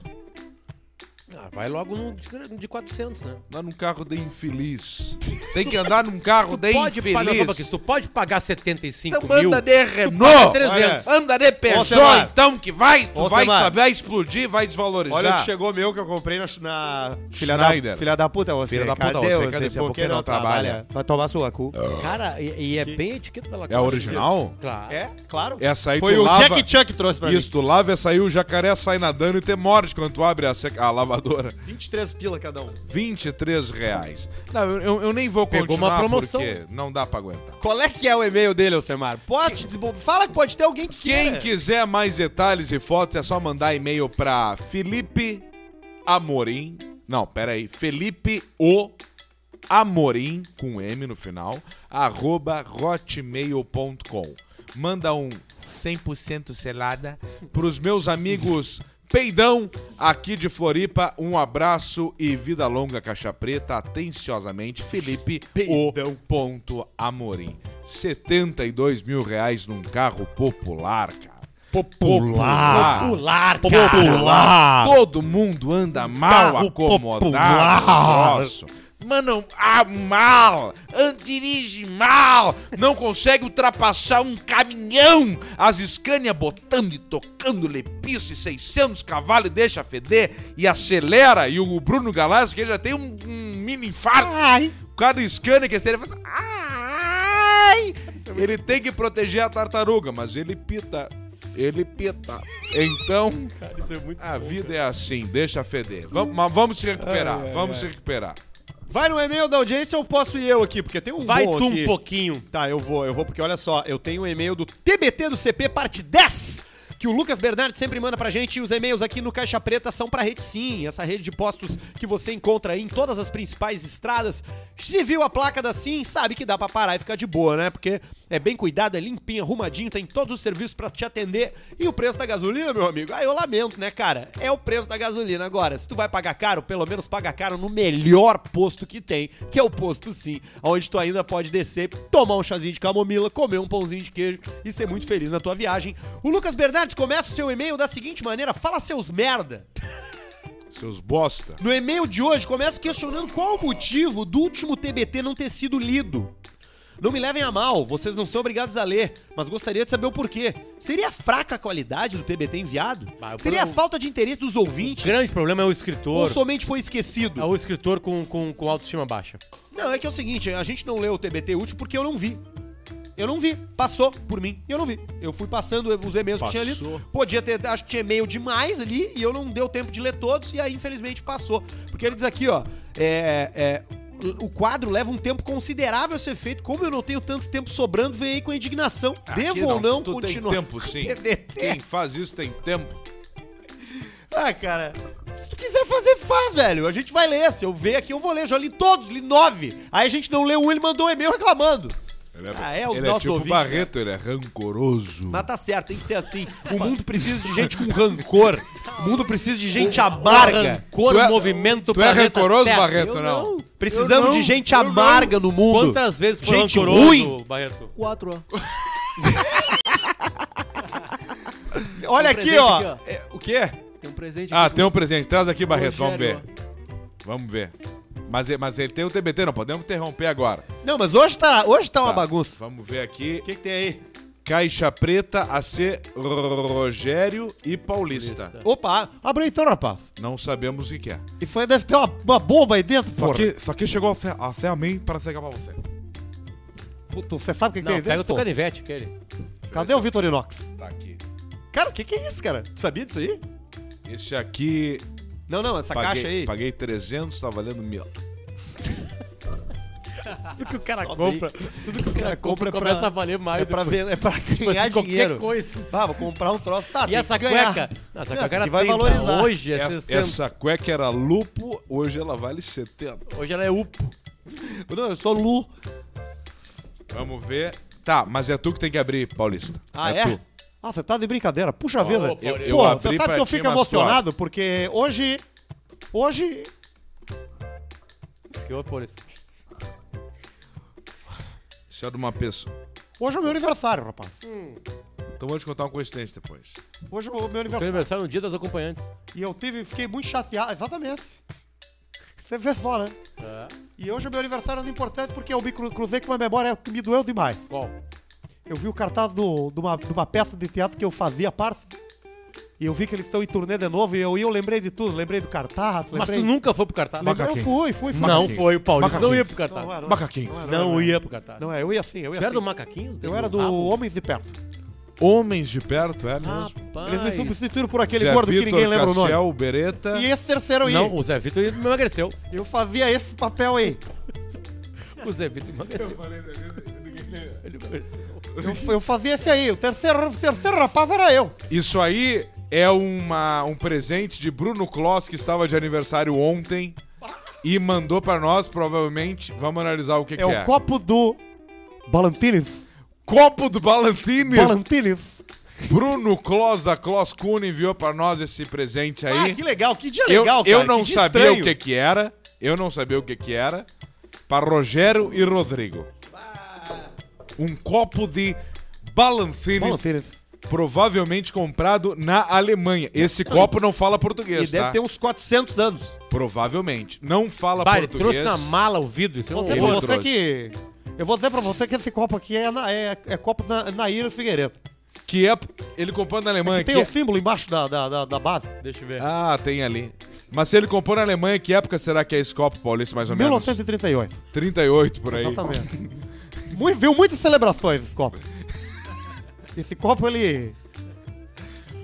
Speaker 3: Ah, vai logo no de, de 400, né?
Speaker 2: Andar num carro de infeliz. Tem que andar num carro de
Speaker 3: Pode pagar, só um pouquinho,
Speaker 2: infeliz.
Speaker 3: tu pode pagar 75
Speaker 2: Então
Speaker 3: mil.
Speaker 2: anda de
Speaker 3: paga
Speaker 2: Renault.
Speaker 3: 300.
Speaker 2: Olha, Anda de Peugeot,
Speaker 1: Semar.
Speaker 2: então, que vai, tu
Speaker 1: Ô,
Speaker 2: vai,
Speaker 1: Semar.
Speaker 2: saber, vai explodir, vai desvalorizar.
Speaker 1: Olha o que chegou meu que eu comprei na. na-
Speaker 7: Filha da,
Speaker 2: Schneider.
Speaker 7: filha da puta você.
Speaker 2: Filha da puta você, cadê você? Por que não trabalha?
Speaker 7: Vai tomar sua cu.
Speaker 3: Cara, e, e é bem etiqueta pela
Speaker 2: É a original?
Speaker 3: Claro.
Speaker 1: É, claro.
Speaker 2: Essa aí
Speaker 1: Foi
Speaker 2: tu
Speaker 1: o
Speaker 2: lava...
Speaker 1: Jack Chuck que trouxe pra
Speaker 2: Isso, tu lava, essa aí o jacaré sai nadando e te morde quando tu abre a, seca- a lavadora.
Speaker 1: mim. 23 pila cada um.
Speaker 2: 23 reais. Não, eu- eu, eu nem vou continuar
Speaker 3: Pegou uma promoção.
Speaker 2: porque não dá pra aguentar.
Speaker 1: Qual é que é o e-mail dele, Alcemar? Pode desenvolver. Fala que pode ter alguém que
Speaker 2: Quem
Speaker 1: queira.
Speaker 2: é quiser mais detalhes e fotos é só mandar e-mail pra Felipe Amorim. Não, peraí. Felipe O. Amorim, com M no final, arroba hotmail.com. Manda um 100% selada pros meus amigos Peidão, aqui de Floripa. Um abraço e vida longa, Caixa Preta. Atenciosamente, Felipe O. ponto Amorim. 72 mil reais num carro popular, cara. Popular.
Speaker 3: Pular, cara.
Speaker 2: Popular. Todo mundo anda mal
Speaker 7: Carro
Speaker 2: acomodado.
Speaker 7: popular.
Speaker 2: Nossa. Mano, ah, mal, ah, dirige mal, não consegue ultrapassar um caminhão. As Scania botando e tocando lepice, 600 cavalos, e deixa feder e acelera. E o Bruno Galassi, que ele já tem um, um mini infarto. O cara do Scania que ele faz... Ai! Ele tem que proteger a tartaruga, mas ele pita, ele pita. Então... A vida é assim, deixa feder. Vamos, mas vamos se recuperar, vamos se recuperar.
Speaker 1: Vai no e-mail da audiência ou posso ir eu aqui? Porque tem um
Speaker 3: Vai
Speaker 1: bom
Speaker 3: tu
Speaker 1: aqui.
Speaker 3: um pouquinho.
Speaker 1: Tá, eu vou, eu vou, porque olha só, eu tenho um e-mail do TBT do CP, parte 10, que o Lucas Bernardi sempre manda pra gente. E os e-mails aqui no Caixa Preta são pra rede sim, essa rede de postos que você encontra aí em todas as principais estradas. Se viu a placa da sim, sabe que dá pra parar e ficar de boa, né? Porque é bem cuidado, é limpinho, arrumadinho, tem todos os serviços pra te atender. E o preço da gasolina, meu amigo? Ah, eu lamento, né, cara? É o preço da gasolina. Agora, se tu vai pagar caro, pelo menos paga caro no melhor posto que tem, que é o posto sim, onde tu ainda pode descer, tomar um chazinho de camomila, comer um pãozinho de queijo e ser muito feliz na tua viagem. O Lucas Bernardes começa o seu e-mail da seguinte maneira: fala seus merda.
Speaker 2: Seus bosta.
Speaker 1: No e-mail de hoje, começo questionando qual o motivo do último TBT não ter sido lido. Não me levem a mal, vocês não são obrigados a ler, mas gostaria de saber o porquê. Seria a fraca a qualidade do TBT enviado?
Speaker 3: Bah, o
Speaker 1: Seria a
Speaker 3: problema-
Speaker 1: falta de interesse dos
Speaker 3: O
Speaker 1: ouvintes?
Speaker 3: grande problema é o escritor.
Speaker 1: Ou somente foi esquecido?
Speaker 3: É o escritor com, com, com autoestima baixa.
Speaker 1: Não, é que é o seguinte, a gente não leu o TBT útil porque eu não vi. Eu não vi. Passou por mim e eu não vi. Eu fui passando os e-mails que tinha lido. Podia ter, acho que tinha e-mail demais ali e eu não deu tempo de ler todos e aí infelizmente passou. Porque ele diz aqui, ó, é, é, o quadro leva um tempo considerável a ser feito. Como eu não tenho tanto tempo sobrando, veio aí com a indignação.
Speaker 2: Aqui
Speaker 1: Devo ou não
Speaker 2: tu
Speaker 1: continuar?
Speaker 2: Tem tempo, sim.
Speaker 1: TBT.
Speaker 2: Quem faz isso tem tempo.
Speaker 1: Ah, cara, se tu quiser fazer, faz, velho. A gente vai ler. Se eu ver aqui, eu vou ler. Já li todos, li nove. Aí a gente não leu um, ele mandou um e-mail reclamando.
Speaker 2: Ele é,
Speaker 1: Ah, é, os
Speaker 2: ele
Speaker 1: nossos
Speaker 2: tipo
Speaker 1: ouvintes,
Speaker 2: Barreto, ele é rancoroso.
Speaker 1: Mas tá certo, tem que ser assim. O mundo precisa de gente com rancor. O mundo precisa de gente amarga.
Speaker 3: Rancor,
Speaker 2: Tu é-
Speaker 3: movimento
Speaker 2: tu é
Speaker 3: planeta
Speaker 2: rancoroso,
Speaker 3: Terra.
Speaker 2: Barreto,
Speaker 3: Eu
Speaker 2: não?
Speaker 1: Precisamos
Speaker 2: Eu não,
Speaker 1: de gente
Speaker 2: eu
Speaker 1: amarga no mundo.
Speaker 3: Quantas vezes foi
Speaker 1: Gente
Speaker 3: rancoroso,
Speaker 1: ruim.
Speaker 3: Barreto?
Speaker 1: Olha
Speaker 8: Um
Speaker 1: aqui,
Speaker 8: presente
Speaker 1: ó.
Speaker 8: aqui,
Speaker 1: É, o quê?
Speaker 8: Tem um presente
Speaker 2: Ah,
Speaker 8: aqui
Speaker 2: tem um presente. Traz aqui, Barreto, vamos ver.
Speaker 8: Rogério.
Speaker 2: Vamos ver. Mas, ele- mas ele tem o TBT, não podemos interromper agora.
Speaker 1: Não, mas hoje tá, hoje tá uma
Speaker 2: Tá.
Speaker 1: bagunça.
Speaker 2: Vamos ver aqui.
Speaker 1: O que, que tem aí?
Speaker 2: Caixa Preta, AC Rogério e Paulista.
Speaker 1: Opa, abre aí então, rapaz.
Speaker 2: Não sabemos o que que é.
Speaker 1: Isso aí deve ter uma, uma bomba aí dentro,
Speaker 2: Isso
Speaker 1: porra.
Speaker 2: aqui, isso aqui chegou até, até a mim para chegar pra você.
Speaker 1: Puta, você sabe o que, que
Speaker 3: Não,
Speaker 1: tem aí
Speaker 3: pega o
Speaker 1: dentro?
Speaker 3: teu
Speaker 1: pô?
Speaker 3: canivete, aquele.
Speaker 1: Cadê o Vitorinox?
Speaker 2: Tá aqui.
Speaker 1: Cara, o que, que é isso, cara? Tu sabia disso aí?
Speaker 2: Esse aqui.
Speaker 1: Não, não, essa
Speaker 2: paguei,
Speaker 1: caixa aí.
Speaker 2: Paguei 300, tá valendo mil.
Speaker 1: Tudo que o cara compra. Tudo que o cara compra é pra,
Speaker 3: Começa a valer mais.
Speaker 1: é pra,
Speaker 3: depois.
Speaker 1: ver, é <laughs> pra ganhar
Speaker 3: Fazer <laughs> qualquer
Speaker 1: dinheiro.
Speaker 3: coisa.
Speaker 1: Ah, vou comprar um troço. Tá,
Speaker 3: E
Speaker 1: tem
Speaker 3: essa
Speaker 1: que ganhar.
Speaker 3: cueca? Não, essa
Speaker 1: Não,
Speaker 3: cueca era
Speaker 1: que vai
Speaker 3: 30.
Speaker 1: valorizar.
Speaker 3: Hoje, é
Speaker 2: Essa,
Speaker 3: 60.
Speaker 2: essa cueca era lupo, hoje ela vale 70.
Speaker 3: hoje ela é upo.
Speaker 1: Não, eu sou Lu.
Speaker 2: Vamos ver. Tá, mas é tu que tem que abrir, Paulista.
Speaker 1: Ah, é?
Speaker 2: tu.
Speaker 1: Ah, você tá de brincadeira. Puxa vida.
Speaker 2: Eu, eu
Speaker 1: Pô,
Speaker 2: abri
Speaker 1: você sabe
Speaker 2: pra
Speaker 1: que eu
Speaker 2: ti,
Speaker 1: fico
Speaker 2: mas tu
Speaker 1: emocionado porque hoje. Hoje.
Speaker 3: Que horror, isso.
Speaker 2: abre. Isso é de uma pessoa.
Speaker 1: Hoje é o meu aniversário, rapaz.
Speaker 2: Então vou te contar uma coincidência depois.
Speaker 1: Hoje é o meu
Speaker 3: Teu
Speaker 1: aniversário.
Speaker 3: aniversário no dia das acompanhantes.
Speaker 1: E eu tive, fiquei muito chateado. Exatamente. Você vê só, né? E hoje é meu aniversário é importante porque eu me cru- cruzei com uma memória que me doeu demais.
Speaker 3: Qual?
Speaker 1: Eu vi o cartaz do- de, uma, de uma peça de teatro que eu fazia parte. E eu vi que eles estão em turnê de novo. E eu, e eu lembrei de tudo. Lembrei do cartaz. Lembrei,
Speaker 3: Mas tu nunca foi pro cartaz.
Speaker 1: lembrei, Eu fui, fui, fui.
Speaker 3: Não foi, o Paulista não
Speaker 2: Macaquinhos.
Speaker 3: ia pro cartaz.
Speaker 1: Não era, não era,
Speaker 2: Macaquinhos.
Speaker 1: Não, era, não,
Speaker 3: Não
Speaker 1: era.
Speaker 3: ia pro cartaz.
Speaker 1: Então, Não é, eu ia assim, eu ia
Speaker 3: Tu era
Speaker 1: assim.
Speaker 3: do Macaquinhos?
Speaker 1: Eu era do Homens de Persa.
Speaker 2: Homens de perto, é mesmo?
Speaker 1: Eles me
Speaker 3: Rapaz.
Speaker 1: substituíram por Ah, aquele
Speaker 2: Zé
Speaker 1: gordo que
Speaker 2: Vitor,
Speaker 1: ninguém lembra o nome.
Speaker 2: Cassiel, Beretta.
Speaker 1: E esse terceiro aí,
Speaker 3: Não, o Zé Vitor emagreceu.
Speaker 1: eu fazia esse papel aí.
Speaker 3: O Zé Vitor emagreceu. Ele emagreceu.
Speaker 1: Eu, eu fazia esse aí. O terceiro, o terceiro rapaz era eu.
Speaker 2: Isso aí é uma, um presente de Bruno Kloss, que estava de aniversário ontem e mandou pra nós, provavelmente. Vamos analisar o que, que
Speaker 7: É o copo do Balantines.
Speaker 2: Copo do Balantini.
Speaker 7: Balantines.
Speaker 2: Bruno Kloss, da Kloss Kuhn, enviou pra nós esse presente Tá aí.
Speaker 1: Ah, que legal, que dia
Speaker 2: eu,
Speaker 1: legal, cara.
Speaker 2: eu não
Speaker 1: que dia
Speaker 2: sabia
Speaker 1: estranho.
Speaker 2: o que que era. Eu não sabia o que que era. Para Rogério e Rodrigo. Um copo de Balantini,
Speaker 7: Balantines.
Speaker 2: provavelmente comprado na Alemanha. Esse copo não fala
Speaker 1: E
Speaker 2: português,
Speaker 1: deve
Speaker 2: tá?
Speaker 1: ter um uns 400 anos.
Speaker 2: Provavelmente. Não fala
Speaker 3: Bah, ele
Speaker 2: português.
Speaker 3: trouxe na mala o vidro. Isso é
Speaker 7: Você,
Speaker 2: Ele
Speaker 3: um...
Speaker 2: Ô,
Speaker 7: você
Speaker 2: trouxe.
Speaker 7: que... Eu vou dizer pra você que esse copo aqui é, na, é, é copo na, Nair Figueiredo.
Speaker 2: Que é. Ele comprou na Alemanha.
Speaker 7: Que tem
Speaker 2: que
Speaker 7: o
Speaker 2: é-
Speaker 7: símbolo embaixo da, da, da, da base.
Speaker 3: Deixa eu ver.
Speaker 2: Ah, tem ali. Mas se ele comprou na Alemanha, que época será que é esse copo paulista, mais ou menos?
Speaker 7: 1938.
Speaker 2: 38 por aí.
Speaker 7: Exatamente. Muito, viu muitas celebrações esse copo. Esse copo, ele...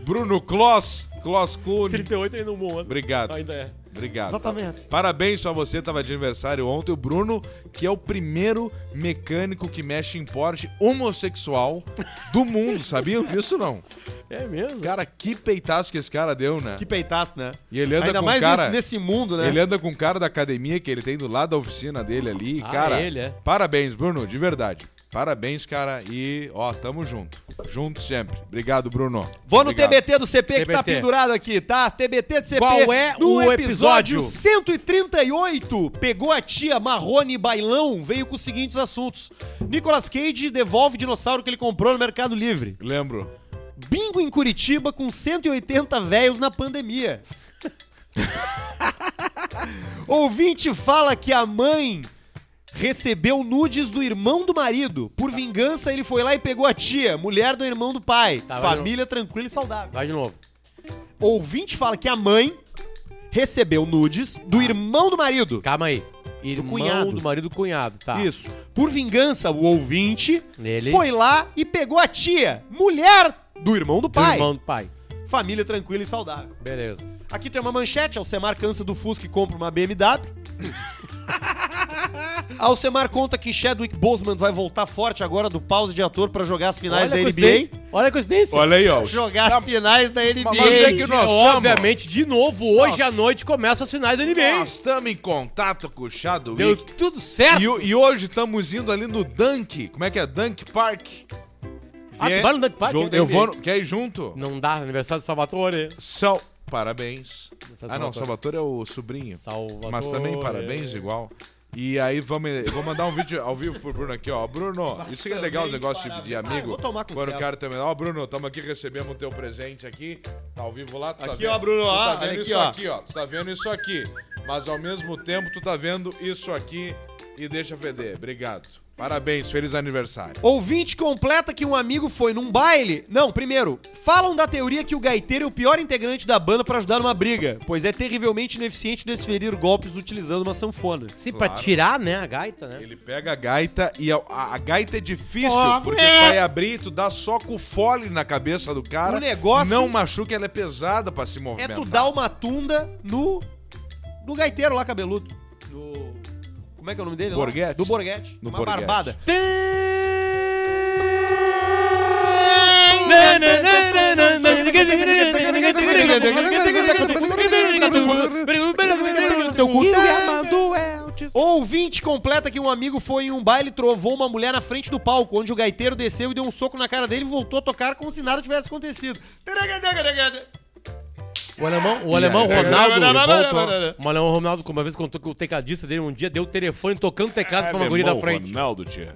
Speaker 2: Bruno Kloss, Kloss Clune.
Speaker 3: 38 ainda um bom ano.
Speaker 2: Obrigado.
Speaker 3: Ainda é.
Speaker 2: Obrigado.
Speaker 7: Exatamente.
Speaker 2: Parabéns pra você, tava de aniversário ontem. O Bruno, que é o primeiro mecânico que mexe em Porsche homossexual do mundo. Sabiam disso não?
Speaker 3: É mesmo?
Speaker 2: Cara, que peitaço que esse cara deu, né?
Speaker 1: Que peitaço, né?
Speaker 2: E ele anda
Speaker 1: Ainda
Speaker 2: com
Speaker 1: mais
Speaker 2: um cara.
Speaker 1: nesse, nesse mundo, né?
Speaker 2: Ele anda com um cara da academia que ele tem do lado da oficina dele ali.
Speaker 3: Ah,
Speaker 2: cara,
Speaker 3: ele, é?
Speaker 2: parabéns, Bruno, de verdade. Parabéns, cara. E, ó, tamo junto. Junto sempre. Obrigado, Bruno.
Speaker 1: Vou no
Speaker 2: Obrigado.
Speaker 1: TBT do CP que tá
Speaker 3: TBT.
Speaker 1: pendurado aqui, tá? TBT do CP.
Speaker 3: Qual é
Speaker 1: no
Speaker 3: o episódio?
Speaker 1: 138, pegou a tia Marrone Bailão, veio com os seguintes assuntos. Nicolas Cage devolve o dinossauro que ele comprou no Mercado Livre.
Speaker 2: Lembro.
Speaker 1: Bingo em Curitiba com 180 véios na pandemia. <laughs> Ouvinte fala que a mãe recebeu nudes do irmão do marido. Por vingança, ele foi lá e pegou a tia, mulher do irmão do pai.
Speaker 3: Tá, vai
Speaker 1: Família tranquila e saudável.
Speaker 3: Vai de novo.
Speaker 1: Ouvinte fala que a mãe recebeu nudes do irmão do marido.
Speaker 3: Calma aí. Irmão do,
Speaker 1: cunhado.
Speaker 3: marido do cunhado, tá.
Speaker 1: Isso. Por vingança, o ouvinte
Speaker 3: Ele-
Speaker 1: foi lá e pegou a tia, mulher do irmão do
Speaker 3: Do
Speaker 1: pai.
Speaker 3: irmão do pai.
Speaker 1: Família tranquila e saudável.
Speaker 3: Beleza.
Speaker 1: Aqui tem uma manchete, Alcemar cansa do Fusca e compra uma BMW. Alcemar conta que Chadwick Boseman vai voltar forte agora do pause de ator pra jogar as finais
Speaker 3: a
Speaker 1: da NBA.
Speaker 3: coincidência. Olha a coincidência.
Speaker 2: Olha aí, ó.
Speaker 1: Jogar as finais da NBA.
Speaker 2: mas é que nós estamos-
Speaker 3: Obviamente, de novo, hoje à noite começa as finais da NBA.
Speaker 2: Nós estamos em contato com o Chadwick.
Speaker 3: Deu tudo certo.
Speaker 2: E, o- e hoje estamos indo ali no Dunk. Como é que é? Dunk Park.
Speaker 3: Ah, tu
Speaker 2: Vie-
Speaker 3: vai no Dunk Park?
Speaker 2: Jogo da
Speaker 3: Eu
Speaker 2: eu vou. no- Quer ir junto?
Speaker 3: Não dá, aniversário de Salvatore.
Speaker 2: Sal. Parabéns.
Speaker 3: Salvatore.
Speaker 2: Ah, não, Salvatore é o sobrinho.
Speaker 3: Salvatore.
Speaker 2: Mas também parabéns igual. E aí vamos, eu vou mandar um vídeo ao vivo pro Bruno aqui, ó. Bruno, isso que é legal os negócios de- de
Speaker 1: parabéns. Ah, eu
Speaker 2: amigo.
Speaker 1: vou tomar com
Speaker 2: quando
Speaker 1: o
Speaker 2: o cara terminar, ó, Bruno, estamos aqui, recebemos o teu presente aqui. Tá ao vivo lá, tu tá
Speaker 1: Aqui,
Speaker 2: vendo?
Speaker 1: ó, Bruno,
Speaker 2: tu
Speaker 1: ó,
Speaker 2: tá
Speaker 1: olha
Speaker 2: vendo
Speaker 1: aqui,
Speaker 2: isso
Speaker 1: ó.
Speaker 2: aqui, ó. Tu tá vendo isso aqui. Mas ao mesmo tempo tu tá vendo isso aqui e deixa feder. Obrigado. Parabéns, feliz aniversário.
Speaker 1: Ouvinte completa que um amigo foi num baile. Não, primeiro, falam da teoria que o gaiteiro é o pior integrante da banda pra ajudar numa briga, pois é terrivelmente ineficiente desferir golpes utilizando uma sanfona.
Speaker 3: Sim, pra tirar, né, a gaita, né?
Speaker 2: Ele pega a gaita e a, a- a gaita é difícil,
Speaker 1: Ó,
Speaker 2: porque
Speaker 1: é.
Speaker 2: vai abrir, tu dá só com o fole na cabeça do cara.
Speaker 1: O negócio-
Speaker 2: Não machuca, ela é pesada pra se
Speaker 1: É
Speaker 2: movimentar.
Speaker 1: tu dar uma tunda no. no gaiteiro lá cabeludo. No. Como é que é o nome dele? lá?
Speaker 2: Borghetti.
Speaker 1: Do Borghetti.
Speaker 2: No
Speaker 1: uma
Speaker 2: Borghetti.
Speaker 1: barbada. Ouvinte completa que um amigo foi em um baile e trovou uma mulher na frente do palco, onde o gaiteiro desceu e deu um soco na cara dele e voltou a tocar como se nada tivesse acontecido.
Speaker 3: O alemão, o alemão
Speaker 2: aí?
Speaker 3: Ronaldo.
Speaker 2: Ele
Speaker 3: O alemão Ronaldo, como uma vez contou que o tecladista dele um dia deu o telefone tocando teclado
Speaker 2: É,
Speaker 3: pra uma guria da frente.
Speaker 4: Ronaldo, tia.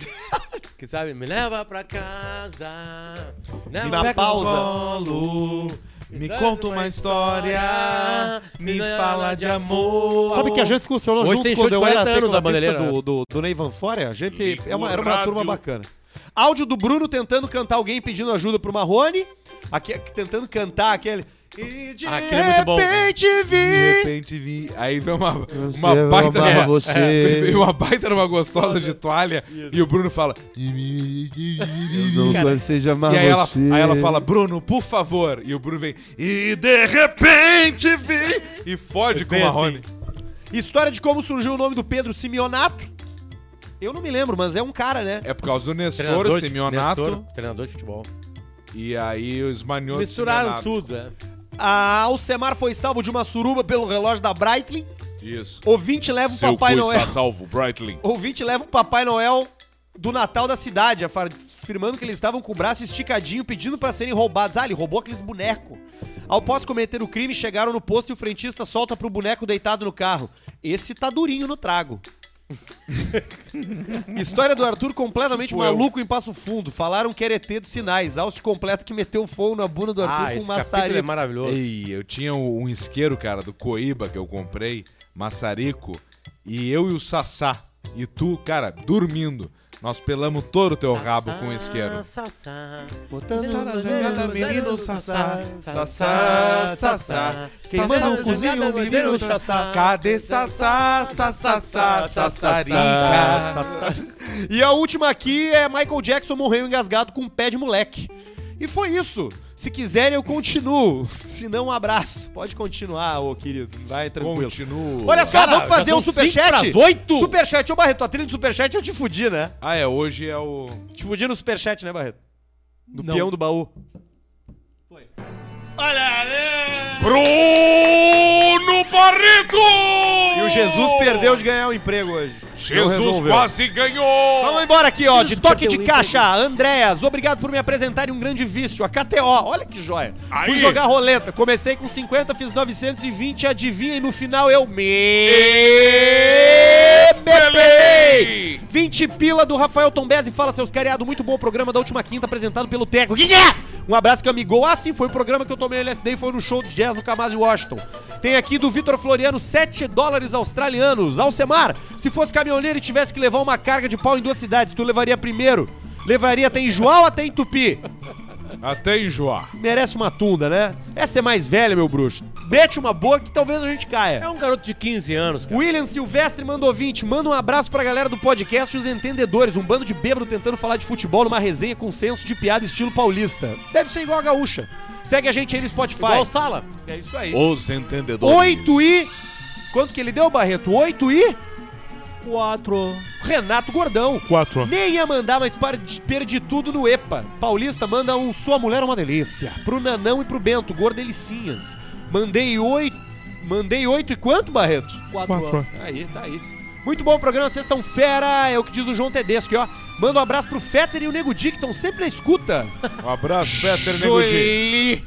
Speaker 3: Que sabe, me leva pra casa.
Speaker 1: E
Speaker 3: Leva
Speaker 1: na
Speaker 3: pra
Speaker 1: pausa.
Speaker 2: Me
Speaker 3: conta uma história, me fala de amor.
Speaker 7: Sabe que
Speaker 1: é
Speaker 7: a gente excursionou
Speaker 3: Hoje
Speaker 7: junto
Speaker 3: tem show
Speaker 7: quando
Speaker 3: de
Speaker 7: eu era
Speaker 3: 40 anos da
Speaker 7: tecladista
Speaker 3: Bandeira,
Speaker 7: do, do, do Ney Van Fória? A gente é uma- era uma
Speaker 4: Rádio.
Speaker 7: turma bacana.
Speaker 1: Áudio do Bruno tentando cantar alguém pedindo ajuda pro Marrone. Aqui, tentando cantar aquele. E de
Speaker 3: Ah, aquele é muito bom.
Speaker 1: repente
Speaker 2: De
Speaker 1: vi.
Speaker 2: repente vi. Aí vem uma,
Speaker 7: eu
Speaker 2: uma baita
Speaker 7: amava
Speaker 2: numa,
Speaker 7: você.
Speaker 2: é, <laughs> vem uma baita numa gostosa de toalha e o Bruno fala.
Speaker 7: Não cansei de amar
Speaker 2: e aí ela, aí ela fala, Bruno, por favor. E o Bruno vem. E de repente vi. E fode com o
Speaker 3: bem
Speaker 2: Marrone.
Speaker 1: História de como surgiu o nome do Pedro Simeonato. Eu não me lembro, mas é um cara, né?
Speaker 2: É por causa do Nestor,
Speaker 3: Treinador de-
Speaker 2: Simeonato.
Speaker 3: Nestor, treinador de futebol.
Speaker 2: E aí os maniotos.
Speaker 3: Misturaram tudo, né?
Speaker 1: A Alcemar foi salvo de uma suruba pelo relógio da Breitling.
Speaker 4: Isso.
Speaker 1: Ouvinte leva
Speaker 3: Um
Speaker 1: o
Speaker 4: Seu
Speaker 1: Papai
Speaker 4: cu
Speaker 1: Noel.
Speaker 4: está salvo, Brightling.
Speaker 1: Ouvinte leva o Papai Noel do Natal da cidade, afar- afirmando que eles estavam com o braço esticadinho, pedindo pra serem roubados. Ah, ele roubou aqueles bonecos. Ao pós cometer o crime, chegaram no posto e o frentista solta pro boneco deitado no carro. Esse tá durinho no
Speaker 3: <laughs>
Speaker 1: trago. História do Arthur completamente
Speaker 3: Tipo
Speaker 1: maluco em Passo Fundo. Falaram que era ET de sinais. Alce completo que meteu fogo na bunda do Arthur com
Speaker 3: Ah, esse capítulo é
Speaker 1: maçarico.
Speaker 3: maravilhoso.
Speaker 2: Ei, eu tinha um um isqueiro, cara, do Coíba que eu comprei, maçarico, e eu e o Sassá, e tu, cara, dormindo, nós pelamos todo o teu rabo com o isqueiro.
Speaker 3: Sassá,
Speaker 1: Botando
Speaker 3: sassá,
Speaker 1: na jangada, menino sassá. Sassá, sassá. Queimando o cozinho, menino sassá.
Speaker 2: Cadê Sassá, Sassá, Sassá, Sassarica?
Speaker 1: E a última aqui é Michael Jackson morreu engasgado com um pé de moleque. E foi isso. Se quiserem, eu continuo. Se não, um abraço. Pode continuar, ô querido. Vai tranquilo.
Speaker 2: Continuo.
Speaker 1: Olha só,
Speaker 3: Cara,
Speaker 1: vamos fazer
Speaker 3: já
Speaker 1: um
Speaker 3: são cinco
Speaker 1: superchat.
Speaker 3: pras oito.
Speaker 1: Superchat, ô Barreto, a trilha de superchat eu te fudi, né?
Speaker 2: Ah, é, hoje é o...
Speaker 1: Te fudi no superchat, né, Barreto? Do
Speaker 6: Não.
Speaker 1: peão do baú.
Speaker 4: Bruno Barreto!
Speaker 1: E o Jesus perdeu de ganhar o emprego hoje. Não
Speaker 4: Jesus
Speaker 1: resolveu.
Speaker 4: quase ganhou!
Speaker 1: Vamos embora aqui, ó. De toque de
Speaker 3: Cadê o
Speaker 1: caixa, Andréas, obrigado por me apresentarem um grande vício. A KTO, olha que joia. Fui
Speaker 4: Aí.
Speaker 1: jogar roleta. Comecei com 50, fiz 920, adivinha e no final eu me.
Speaker 4: E...
Speaker 1: Bebei! 20 pila do Rafael Tombez e fala seus cariados. Muito bom o programa da última quinta apresentado pelo Teco. O que, que é? Um abraço que amigou. Ah, sim, foi o programa que eu tomei LSD e foi no show de jazz no Kamasi Washington. Tem aqui do Vitor Floriano 7 dólares australianos. Alcemar, se fosse caminhoneiro e tivesse que levar uma carga de pau em duas cidades, tu levaria primeiro? Levaria até em João ou até em Tupi?
Speaker 2: Até enjoar.
Speaker 1: Merece uma tunda, né? Essa é mais velha, meu bruxo. Mete uma boa que talvez a gente caia.
Speaker 3: É um garoto de 15 anos, cara.
Speaker 1: William Silvestre mandou 20. Manda um abraço pra galera do podcast e Os Entendedores, um bando de bêbado tentando falar de futebol numa resenha com senso de piada estilo paulista. Deve ser igual a gaúcha. Segue a gente aí no Spotify.
Speaker 3: Igual o Sala.
Speaker 1: É isso aí.
Speaker 4: Os entendedores.
Speaker 1: 8 e... Quanto que ele deu, Barreto? 8 e...
Speaker 6: Quatro.
Speaker 1: Renato Gordão.
Speaker 7: Quatro.
Speaker 1: Nem ia mandar, mas par- perdi tudo no EPA. Paulista manda um Sua Mulher é uma Delícia. Pro Nanão e pro Bento, gordelicinhas. Mandei oito... Mandei oito e quanto, Barreto?
Speaker 7: Quatro.
Speaker 1: Aí, tá aí. Muito bom o programa, vocês são fera, é o que diz o João Tedesco, ó. Manda um abraço pro Fetter e o Nego Di, que estão sempre na escuta.
Speaker 2: Um abraço, Peter Negudi.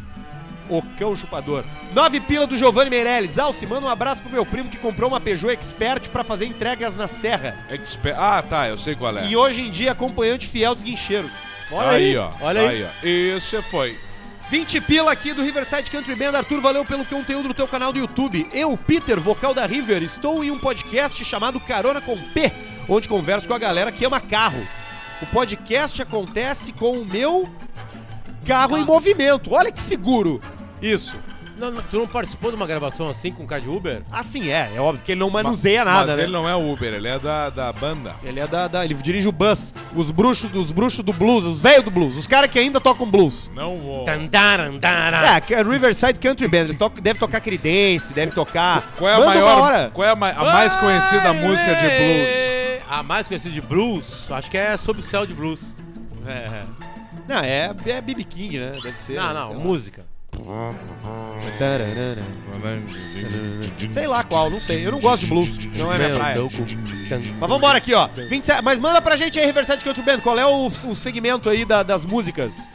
Speaker 1: O cão chupador. Nove pila do Giovanni Meirelles. Alce, manda um abraço pro meu primo que comprou uma Peugeot Expert pra fazer entregas na Serra.
Speaker 2: Exper- Ah, tá, eu sei qual é.
Speaker 1: E hoje em dia acompanhante fiel dos guincheiros.
Speaker 2: Olha aí, ó.
Speaker 3: Olha aí.
Speaker 2: ó. Esse foi.
Speaker 1: 20 pila aqui do Riverside Country Band. Arthur, valeu pelo conteúdo do teu canal do YouTube. Eu, Peter, vocal da River, estou em um podcast chamado Carona com P, onde converso com a galera que ama carro. O podcast acontece com o meu carro em movimento. Olha que seguro. Isso.
Speaker 3: Não, não, tu não participou de uma gravação assim com o cara de Uber?
Speaker 1: Assim é, é óbvio que ele não manuseia nada,
Speaker 2: Mas
Speaker 1: né?
Speaker 2: ele não é Uber, ele é da, da banda.
Speaker 1: Ele é da, da- Ele dirige o bus. Os bruxos, os bruxos do blues, os velhos do blues, os caras que ainda tocam blues.
Speaker 2: Não vou.
Speaker 1: Tá
Speaker 3: Tandarandara.
Speaker 1: É, que é Riverside Country Band. Eles tocam, deve tocar Creedence, deve tocar.
Speaker 2: Qual é a
Speaker 1: Manda
Speaker 2: maior?
Speaker 1: Uma hora.
Speaker 2: Qual é a, ma- a mais conhecida música de blues?
Speaker 3: A mais conhecida de blues? Acho que é Sob o Céu de Blues.
Speaker 1: é. Não, é, é BB King, né? Deve ser.
Speaker 3: Não,
Speaker 1: né?
Speaker 3: não,
Speaker 1: Sei lá.
Speaker 3: música.
Speaker 1: Tararara. Sei lá qual, não sei. Eu não gosto de blues. Não é minha
Speaker 3: Meu
Speaker 1: praia.
Speaker 3: teu cu. Tan-
Speaker 1: Mas vambora aqui, ó. 27, mas manda pra gente aí, Riverside Country Band. Qual é o, o segmento aí da- das músicas?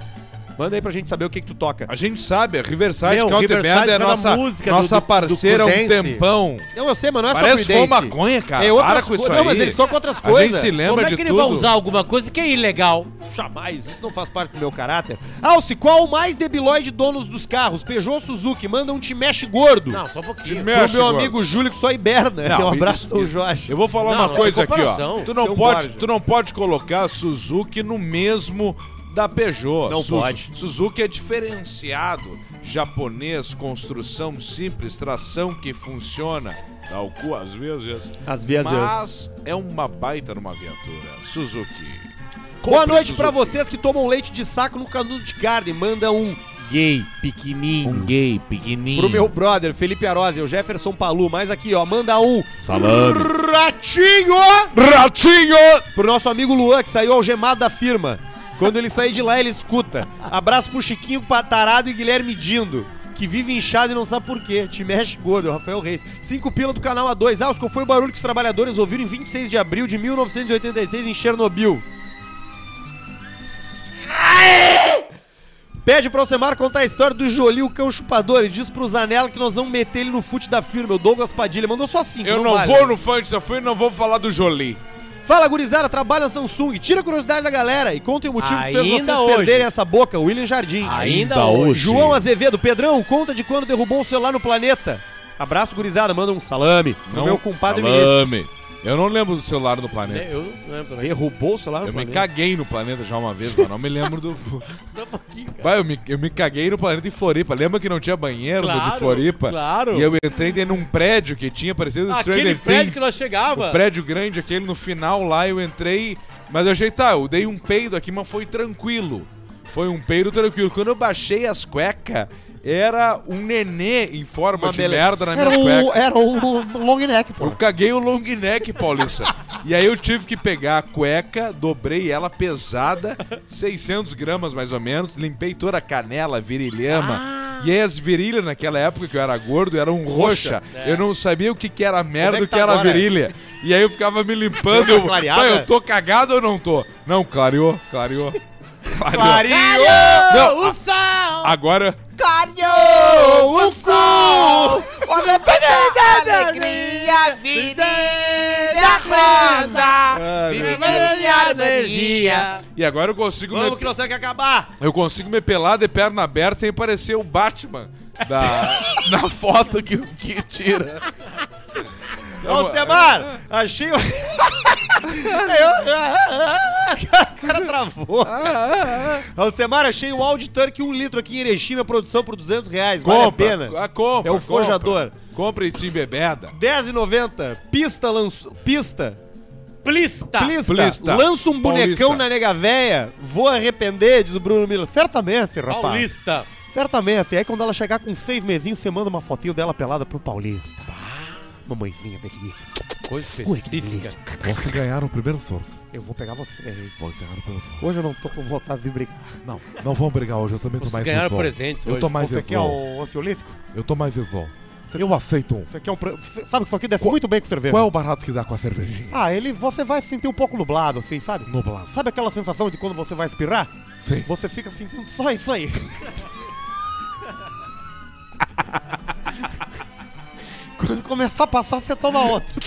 Speaker 1: Manda aí pra gente saber o que, que tu toca.
Speaker 2: A gente sabe, a Riverside
Speaker 3: Meu,
Speaker 2: Country
Speaker 3: Riverside
Speaker 2: Band é
Speaker 3: era
Speaker 2: nossa,
Speaker 3: música do-
Speaker 2: nossa
Speaker 3: do- do
Speaker 2: parceira há um
Speaker 3: Creedence.
Speaker 2: tempão.
Speaker 1: Não, eu sei, mas não é
Speaker 2: Parece
Speaker 1: só
Speaker 2: foi
Speaker 1: Creedence.
Speaker 2: maconha, cara.
Speaker 1: É outras
Speaker 2: Para com isso
Speaker 1: coisas. Não,
Speaker 2: aí.
Speaker 1: mas eles tocam outras
Speaker 2: A gente
Speaker 1: coisas.
Speaker 2: se lembra
Speaker 3: Como é
Speaker 2: de
Speaker 3: que ele
Speaker 2: tudo.
Speaker 3: vai usar alguma coisa que é ilegal?
Speaker 1: Jamais, isso não faz parte do meu caráter. Alce, qual o mais debilóide donos dos carros? Peugeot Suzuki, manda um te mexe gordo.
Speaker 3: Não, só um
Speaker 2: Te
Speaker 3: pouquinho.
Speaker 1: Pro
Speaker 2: mexe,
Speaker 1: meu
Speaker 2: gordo.
Speaker 1: amigo Júlio que só hiberna.
Speaker 2: Não,
Speaker 1: <laughs> um abraço
Speaker 2: isso-
Speaker 1: ao
Speaker 2: isso-
Speaker 1: Jorge.
Speaker 2: Eu vou falar
Speaker 3: Não,
Speaker 2: uma
Speaker 3: não,
Speaker 2: coisa
Speaker 3: é
Speaker 2: aqui, ó.
Speaker 3: comparação.
Speaker 2: Tu não,
Speaker 1: Seu
Speaker 2: pode,
Speaker 1: Borja.
Speaker 2: tu não pode colocar Suzuki no mesmo da Peugeot.
Speaker 1: Não pode.
Speaker 2: Suzuki é diferenciado. Japonês, construção simples, tração que funciona. Dá o cu às vezes.
Speaker 1: Às vezes.
Speaker 2: Mas é uma baita numa viatura. Suzuki.
Speaker 1: Boa
Speaker 2: Compre
Speaker 1: noite pra
Speaker 2: Suzuki.
Speaker 1: vocês que tomam leite de saco no canudo de carne. Manda um
Speaker 5: Gay, pequenininho. Um gay, pequenininho.
Speaker 1: pro meu brother, Felipe Arosa, o Jefferson Palu. Mais aqui, ó. Manda um
Speaker 5: Salame.
Speaker 1: ratinho
Speaker 2: Ratinho!
Speaker 1: pro nosso amigo Luan, que saiu algemado da firma. Quando ele sair de lá, ele escuta. Abraço pro Chiquinho Patarado e Guilherme Dindo. que vive inchado e não sabe por quê. Te mexe gordo, é o Rafael Reis. Cinco pila do canal A2. Ah, qual foi o barulho que os trabalhadores ouviram em 26 de abril de 1986 em Chernobyl? Pede pro Alcemar contar a história do Jolie, o cão chupador, e diz pro Zanella que nós vamos meter ele no fute da firma. O Douglas Padilha mandou só cinco.
Speaker 2: Eu não
Speaker 1: vale.
Speaker 2: vou no fã de Safui e não vou falar do Jolie.
Speaker 1: Fala, gurizada, trabalha Samsung. Tira a curiosidade da galera e contem o motivo que fez
Speaker 3: Ainda
Speaker 1: vocês
Speaker 3: hoje.
Speaker 1: perderem essa boca. William Jardim.
Speaker 3: Ainda hoje.
Speaker 1: João Azevedo. Pedrão, conta de quando derrubou o celular no planeta. Abraço, gurizada. Manda um salame pro meu compadre Vinícius.
Speaker 2: Salame. Eu não lembro do celular do planeta.
Speaker 3: É, Eu não lembro também.
Speaker 1: Derrubou o celular no
Speaker 2: Eu me
Speaker 1: planeta?
Speaker 2: caguei no planeta já uma vez, mas não me lembro do. <laughs>
Speaker 3: Dá um pouquinho, cara.
Speaker 2: Vai, eu me, eu me caguei no planeta em Floripa. Lembra que não tinha banheiro no de
Speaker 3: Claro,
Speaker 2: Floripa?
Speaker 3: claro.
Speaker 2: E eu entrei dentro de um prédio que tinha parecido do
Speaker 3: Aquele
Speaker 2: Stranger
Speaker 3: prédio
Speaker 2: Things.
Speaker 3: que nós chegava.
Speaker 2: O prédio grande, aquele no final lá, eu entrei. Mas eu achei, tá, eu dei um peido aqui, mas foi tranquilo. Foi um peido tranquilo. Quando eu baixei as cuecas, era um nenê em forma de merda na minha
Speaker 1: Era
Speaker 2: cueca.
Speaker 1: o, era o long neck, pô.
Speaker 2: Eu caguei o long neck, Paulista. e aí eu tive que pegar a cueca, dobrei ela pesada, 600 gramas mais ou menos, limpei toda a canela, virilhama.
Speaker 1: Ah.
Speaker 2: E aí as virilhas naquela época, que eu era gordo, eram roxa. Eu não sabia o que, que era merda,
Speaker 1: Como né? é
Speaker 2: o
Speaker 1: que
Speaker 2: que,
Speaker 1: tá
Speaker 2: era
Speaker 1: agora?
Speaker 2: virilha. E aí eu ficava me limpando. eu,
Speaker 1: clareada?
Speaker 2: "Pai, eu tô cagado ou não tô? Não, clareou,
Speaker 1: <laughs>
Speaker 2: clareou. Clareou.
Speaker 3: Clareou
Speaker 2: Não,
Speaker 3: o sol!
Speaker 2: Agora...
Speaker 1: Clareou o sol! Olha pra
Speaker 9: Alegria, vida,
Speaker 3: é
Speaker 2: E agora eu consigo... me-
Speaker 1: Vamos que nós temos que acabar!
Speaker 2: Eu consigo me pelar de perna aberta sem parecer o Batman da, <laughs> na foto que, que tira.
Speaker 1: Alcemar, achei o... <laughs> <laughs> O cara travou. Alcemar, achei o Audi Turk 1 litro aqui em Erechim na produção por 200 reais. Vale a
Speaker 2: Compra,
Speaker 1: pena.
Speaker 2: a compra.
Speaker 1: É o
Speaker 2: compra.
Speaker 1: forjador.
Speaker 2: Compra e se embebeda.
Speaker 1: 10,90. Pista lançou... Pista.
Speaker 3: Plista!
Speaker 1: Plista.
Speaker 2: Plista.
Speaker 1: Lança um bonecão
Speaker 2: Tá, Paulista.
Speaker 1: na nega véia. Vou arrepender, diz o Bruno Miller. Certamente, rapaz.
Speaker 3: Paulista!
Speaker 1: Certamente. assim, Aí quando ela chegar com seis mesinhos, você manda uma fotinho dela pelada pro Paulista. Mamãezinha, tem que ir.
Speaker 3: Coisa específica.
Speaker 2: Você ganhar o primeiro sorso.
Speaker 1: Eu vou pegar você.
Speaker 2: Vou ganhar o primeiro sorso.
Speaker 1: Hoje eu não tô com vontade de brigar.
Speaker 2: Não, não vão brigar hoje. Eu também
Speaker 3: Vocês ganharam presentes hoje.
Speaker 2: mais
Speaker 1: Você quer
Speaker 2: um-
Speaker 1: o ansiolítico?
Speaker 2: Eu tô mais exol. Eu aceito um. é
Speaker 1: Você quer um. pre- Você Sabe que isso aqui desce muito bem com cerveja.
Speaker 2: o barato que dá com a cervejinha?
Speaker 1: Ah, ele. Você vai se sentir um pouco nublado, assim, sabe?
Speaker 2: Nublado.
Speaker 1: Sabe aquela sensação de quando você vai espirrar?
Speaker 2: Sim.
Speaker 1: Você fica sentindo só isso aí. Quando começar a passar, você toma outro.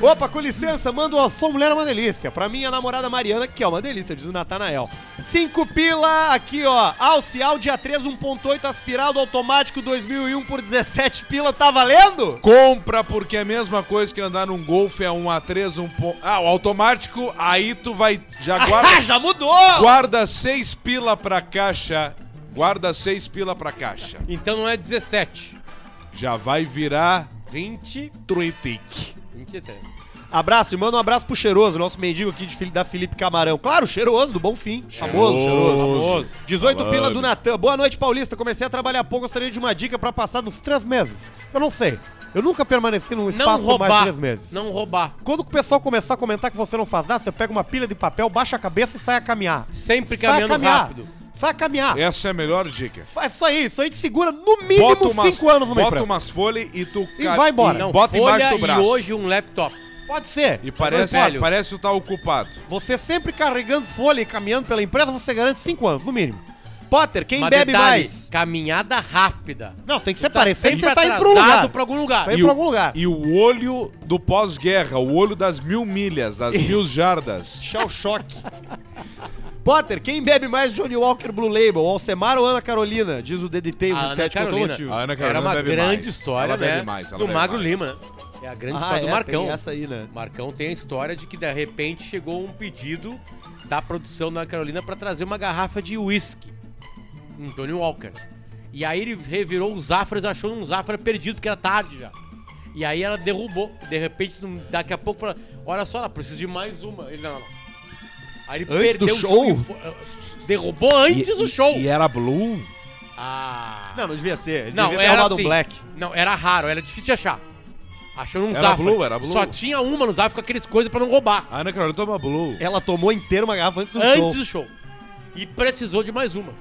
Speaker 1: Opa, com licença, manda uma sua mulher é uma delícia. Pra minha namorada Mariana, que é uma delícia, diz o Natanael. Cinco pila aqui, ó. Alcial dia 3, 1.8 aspirado automático 2001 por 17 pila, tá valendo?
Speaker 2: Compra, porque é a mesma coisa que andar num Golf é um A3, um ponto. Ah, o automático, aí tu vai. Já guarda. <laughs>
Speaker 1: Ah, <laughs> já mudou!
Speaker 2: Guarda seis pila pra caixa. Guarda seis pila pra caixa.
Speaker 3: Então não é 17.
Speaker 2: Já vai virar
Speaker 3: 20. 23.
Speaker 1: Abraço e manda um abraço pro Cheiroso, nosso mendigo aqui de, Fili- da Felipe Camarão. Claro, Cheiroso, do Bom Fim. Famoso, Cheiroso. 18 pila do Natan. Boa noite, Paulista. Comecei a trabalhar há pouco. Gostaria de uma dica pra passar dos três meses. Eu não sei. Eu nunca permaneci num
Speaker 3: Não
Speaker 1: espaço por mais de
Speaker 3: roubar.
Speaker 1: três meses.
Speaker 3: Não roubar.
Speaker 1: Quando o pessoal começar a comentar que você não faz nada, você pega uma pilha de papel, baixa a cabeça e sai a caminhar.
Speaker 3: Sempre
Speaker 1: Sai a
Speaker 3: caminhando
Speaker 1: caminhar.
Speaker 3: rápido.
Speaker 1: Sai a caminhar.
Speaker 2: Essa é a melhor dica.
Speaker 1: Faz isso aí. Isso aí te segura no mínimo tipo, cinco anos no meu
Speaker 2: bota umas folhas e tu
Speaker 1: E
Speaker 2: ca-
Speaker 1: vai embora.
Speaker 2: Não, bota
Speaker 3: folha
Speaker 2: embaixo do braço.
Speaker 3: e hoje um laptop.
Speaker 1: Pode ser.
Speaker 2: E parece,
Speaker 3: Velho.
Speaker 2: parece que tu tá ocupado.
Speaker 1: Você sempre carregando folha e caminhando pela empresa, você garante 5 anos, no mínimo. Potter, quem
Speaker 3: Mas
Speaker 1: bebe
Speaker 3: detalhe,
Speaker 1: mais?
Speaker 3: Caminhada rápida.
Speaker 1: Não, tem que ser
Speaker 3: Tá
Speaker 1: parecer que
Speaker 3: sempre
Speaker 1: você tá indo pra um
Speaker 3: atrasado
Speaker 1: lugar.
Speaker 3: pra algum lugar.
Speaker 1: Tá indo
Speaker 2: E o-
Speaker 1: pra algum lugar.
Speaker 2: E o olho do pós-guerra, o olho das mil milhas, das mil jardas.
Speaker 1: Shell Shock. Potter, quem bebe mais Johnny Walker Blue Label? Alcemar ou Ana Carolina? Diz o Daddy Tales,
Speaker 3: A Ah, Ana
Speaker 1: estético
Speaker 3: Carolina Ah,
Speaker 1: automotivo.
Speaker 2: A Ana
Speaker 3: era
Speaker 2: Carolina
Speaker 3: uma
Speaker 2: bebe
Speaker 3: grande
Speaker 2: mais.
Speaker 3: história,
Speaker 2: Ela
Speaker 3: né?
Speaker 2: bebe mais, ela
Speaker 3: do
Speaker 2: bebe
Speaker 3: Magro
Speaker 2: mais.
Speaker 3: Lima, né? É a grande
Speaker 1: Ah,
Speaker 3: história
Speaker 1: é,
Speaker 3: do Marcão.
Speaker 1: tem essa aí, né?
Speaker 3: Marcão tem a história de que de repente chegou um pedido da produção da Carolina pra trazer uma garrafa de uísque. Um Tony Walker. E aí ele revirou os Zafras, achou um Zafra perdido, porque era tarde já. E aí ela derrubou. De repente, num- daqui a pouco, fala: Olha só, ela precisa de mais uma. Ele, não, não. não." Aí ele
Speaker 1: Antes do
Speaker 3: perdeu o
Speaker 1: show? é-
Speaker 3: e fo- Derrubou antes do show.
Speaker 2: E era blue?
Speaker 3: Ah.
Speaker 1: Não, não devia ser. Ele
Speaker 3: Não,
Speaker 1: devia ter
Speaker 3: era
Speaker 1: roubado
Speaker 3: assim.
Speaker 1: um black.
Speaker 3: Não, era raro, era difícil de achar. Achou num
Speaker 2: Era
Speaker 3: Zafra.
Speaker 2: blue, era blue.
Speaker 3: Só tinha uma no Zafra com aqueles coisas pra não roubar.
Speaker 2: A Ana Carolina toma blue.
Speaker 3: É.
Speaker 1: Ela
Speaker 2: um
Speaker 1: tomou inteira uma garrafa antes do
Speaker 3: antes
Speaker 1: show.
Speaker 3: do show. E precisou de mais uma.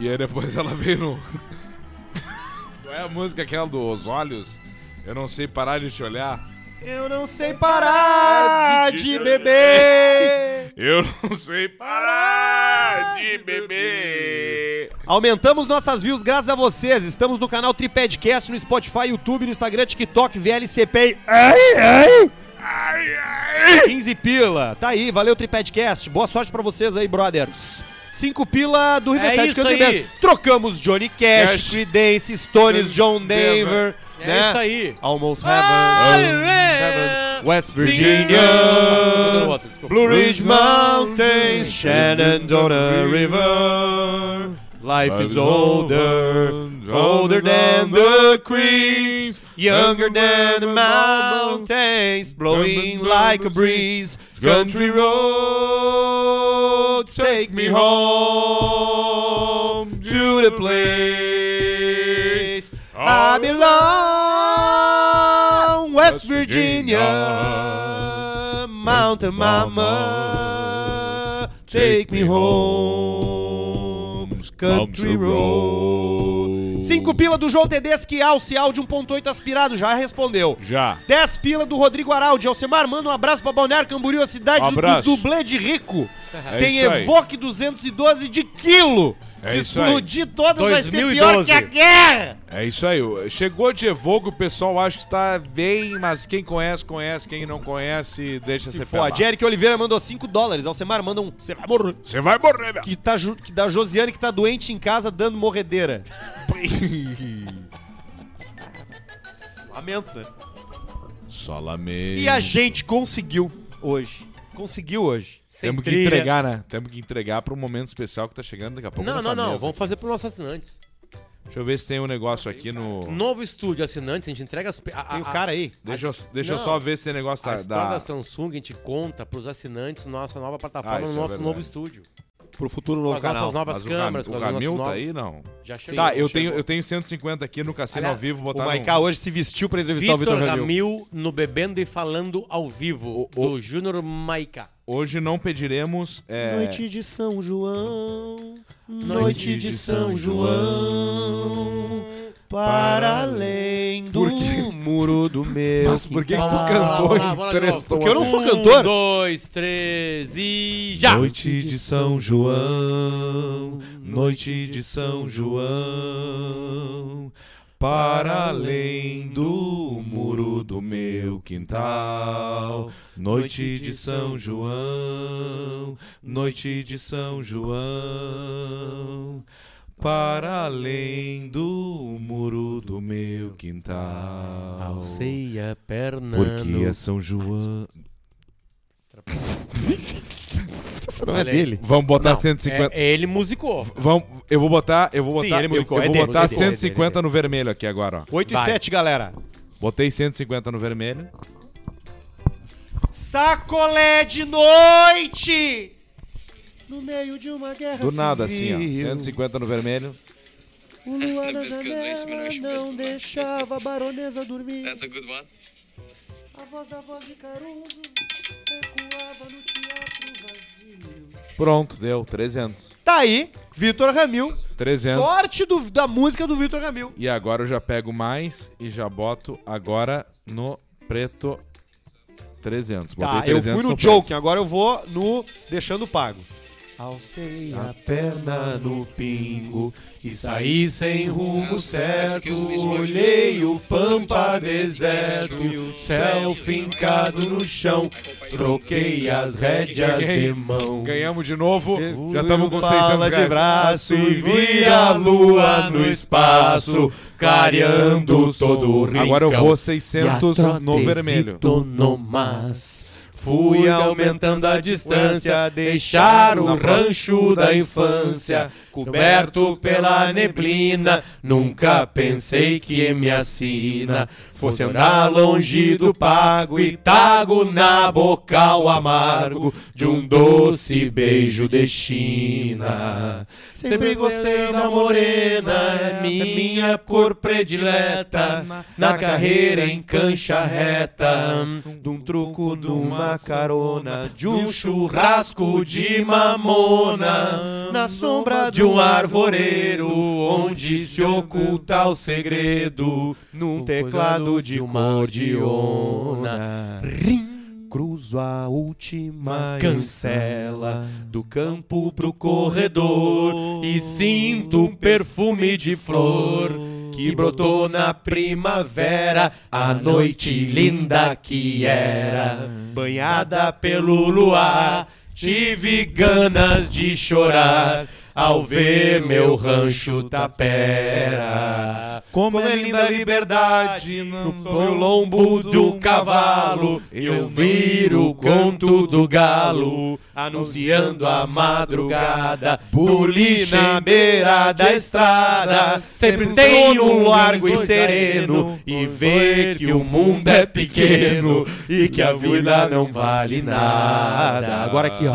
Speaker 2: E aí depois ela veio no. <laughs> Qual é a música aquela dos olhos? Eu não sei parar de te olhar.
Speaker 1: Eu não sei
Speaker 3: Ah,
Speaker 1: parar de beber.
Speaker 2: Eu não sei parar de beber.
Speaker 1: Aumentamos nossas views graças a vocês. Estamos no canal Tripadcast, no Spotify, YouTube, no Instagram, TikTok, VLCP. Ai, ai. 15 pila. Tá aí, valeu Tripadcast. Boa sorte pra vocês aí, brothers. 5 pila do Riverside
Speaker 3: isso
Speaker 1: Cantimento.
Speaker 3: aí.
Speaker 1: Trocamos Johnny Cash,
Speaker 2: Cash.
Speaker 1: Creedence, Stones, John Denver,
Speaker 2: Denver.
Speaker 3: É
Speaker 1: né?
Speaker 3: isso aí.
Speaker 1: Almost
Speaker 3: Ai,
Speaker 1: Heaven,
Speaker 3: é.
Speaker 1: West
Speaker 3: Não, não,
Speaker 1: Virginia.
Speaker 3: outra, desculpa.
Speaker 1: Blue Ridge Mountains, Shenandoah River. Life is older, older than the creeks, younger than the mountains, blowing like a breeze. Country roads take me home to the place I belong. West Virginia, Mountain Mama, take me home. Country Road. 5 pila do João Tedeschi, Alce Áudio 1.8 aspirado, já respondeu.
Speaker 2: Já.
Speaker 1: 10 pila do Rodrigo Araldi. Alcemar, manda um abraço pra Balneário Camboriú, a cidade
Speaker 2: Um
Speaker 1: do- do
Speaker 2: abraço.
Speaker 1: dublê de rico.
Speaker 2: É
Speaker 1: Tem
Speaker 2: isso aí.
Speaker 1: Evoque 212 de quilo.
Speaker 2: É
Speaker 1: Se
Speaker 2: isso aí.
Speaker 1: explodir todas, vai ser pior
Speaker 3: 2012.
Speaker 1: que a guerra.
Speaker 2: É isso aí. Chegou de Evogo, o pessoal acha que tá bem, mas quem conhece, conhece. Quem não conhece, deixa
Speaker 1: Se
Speaker 2: ser
Speaker 1: for, a Eric Oliveira mandou 5 dólares. Alcemar, manda um. Você vai morrer.
Speaker 2: Você vai morrer, meu.
Speaker 1: Que, tá ju- que da Josiane que tá doente em casa dando
Speaker 2: <laughs>
Speaker 1: morredeira. Lamento, né?
Speaker 2: Só lamento.
Speaker 1: E a gente conseguiu hoje. Conseguiu hoje.
Speaker 3: Sem
Speaker 2: Temos que
Speaker 3: trilha.
Speaker 2: entregar, né? Temos que entregar pra um momento especial que tá chegando daqui a pouco.
Speaker 3: Não,
Speaker 2: nessa
Speaker 3: não, não.
Speaker 2: mesa.
Speaker 3: Vamos fazer pros nossos assinantes.
Speaker 2: Deixa eu ver se tem um negócio aqui no.
Speaker 3: Novo estúdio assinantes, a gente entrega as. pe- a- a-
Speaker 2: Ah,
Speaker 1: Tem o cara aí.
Speaker 2: Deixa eu, deixa eu
Speaker 3: Não.
Speaker 2: só ver se tem negócio
Speaker 3: A
Speaker 2: da.
Speaker 3: história da...
Speaker 2: da...
Speaker 3: Samsung a gente conta pros assinantes nossa nova
Speaker 2: Ah,
Speaker 3: plataforma
Speaker 2: isso
Speaker 3: no
Speaker 2: é
Speaker 3: nosso
Speaker 2: verdade.
Speaker 3: novo estúdio.
Speaker 1: Pro futuro
Speaker 3: Com
Speaker 1: novo
Speaker 3: as
Speaker 1: canal.
Speaker 3: nossas novas
Speaker 2: Mas o Cam-
Speaker 3: câmeras, com
Speaker 2: o
Speaker 3: as nossas
Speaker 2: Camil tá
Speaker 3: novas...
Speaker 2: aí, não.
Speaker 3: Já chegou.
Speaker 2: Tá, eu
Speaker 3: chegou.
Speaker 2: tenho, eu tenho 150 aqui no Cassino
Speaker 3: Aliás,
Speaker 2: ao vivo,
Speaker 1: O
Speaker 2: botaram.
Speaker 1: Maiká hoje se vestiu pra entrevistar o
Speaker 3: Vitor
Speaker 1: Vitor Ramil.
Speaker 3: Ramil no Bebendo e Falando ao Vivo, do Júnior Maica.
Speaker 2: Hoje não pediremos. é,
Speaker 1: Noite de São João,
Speaker 2: Noite
Speaker 1: noite
Speaker 2: de
Speaker 1: de
Speaker 2: São
Speaker 1: São João, para além do
Speaker 2: Por quê?
Speaker 1: muro do meu.
Speaker 2: Mas por que, que tu
Speaker 3: Vamos lá,
Speaker 2: cantou
Speaker 3: Ah, vamos lá,
Speaker 2: em
Speaker 3: vamos lá de
Speaker 2: três
Speaker 3: novo.
Speaker 2: tons?
Speaker 1: Porque eu não sou
Speaker 3: Um,
Speaker 1: cantor.
Speaker 3: dois, três e já!
Speaker 1: Noite de São João, noite de São João, para além do muro do meu quintal. Noite de São João, noite de São João, para além do muro do meu quintal.
Speaker 3: Alceia Pernambuco.
Speaker 1: Porque é São João. Essa não
Speaker 3: Olha aí.
Speaker 2: Vamos botar
Speaker 3: Não,
Speaker 2: 150.
Speaker 3: é- ele musicou.
Speaker 2: Vamos, eu vou botar, eu vou
Speaker 1: Sim,
Speaker 2: botar,
Speaker 1: ele
Speaker 2: eu-
Speaker 1: musicou,
Speaker 2: eu,
Speaker 1: é
Speaker 2: vou
Speaker 1: dele,
Speaker 2: botar
Speaker 1: dele,
Speaker 2: 150 no vermelho aqui agora, ó.
Speaker 1: 8 e 7, galera.
Speaker 2: Botei 150 no vermelho.
Speaker 1: Sacolé de noite! No meio de uma guerra
Speaker 2: Do nada assim,
Speaker 1: civil,
Speaker 2: ó. 150 no vermelho.
Speaker 1: O luar na janela não deixava a baronesa dormir. That's a good one. A voz da voz de Caruso ecoava no teatro vazio.
Speaker 2: Pronto, deu 300.
Speaker 1: Tá aí, Vitor Ramil.
Speaker 2: 300.
Speaker 1: Sorte do- da música do Vitor Ramil.
Speaker 2: E agora eu já pego mais e já boto agora no preto 300. Botei
Speaker 1: Tá, eu
Speaker 2: 300
Speaker 1: fui no
Speaker 2: preto.
Speaker 1: Joking, agora eu vou no Deixando Pago. Alcei a perna no pingo e saí sem rumo certo. Olhei o pampa deserto e o céu fincado no chão. Troquei as rédeas de mão.
Speaker 2: Ganhamos de novo. Já estamos
Speaker 1: Fui
Speaker 2: com
Speaker 1: um pala
Speaker 2: 600
Speaker 1: de
Speaker 2: reais.
Speaker 1: braço e vi a lua no espaço, careando todo o rincão.
Speaker 2: Agora eu vou 600 no vermelho.
Speaker 1: Tonomas. Fui aumentando a distância, deixar o rancho da infância coberto pela neblina. Nunca pensei que me assina Fosse andar longe do pago e tago na bocal amargo de um doce beijo de China. Sempre gostei da morena, é minha cor predileta. Na carreira em cancha reta, de um truco numa carona, de um churrasco de mamona, na sombra de um arvoreiro, onde se oculta o segredo, num teclado de cordiona. Cruzo a última cancela do campo pro corredor e sinto um perfume de flor que brotou na primavera, a noite linda que era, banhada pelo luar. Tive ganas de chorar ao ver meu rancho tapera. Como é linda a liberdade no o lombo do cavalo, eu viro o conto do galo, anunciando a madrugada, buli na beira da estrada. Sempre tem um largo e sereno, e ver que o mundo é pequeno e que a vida não vale nada. Agora aqui, ó.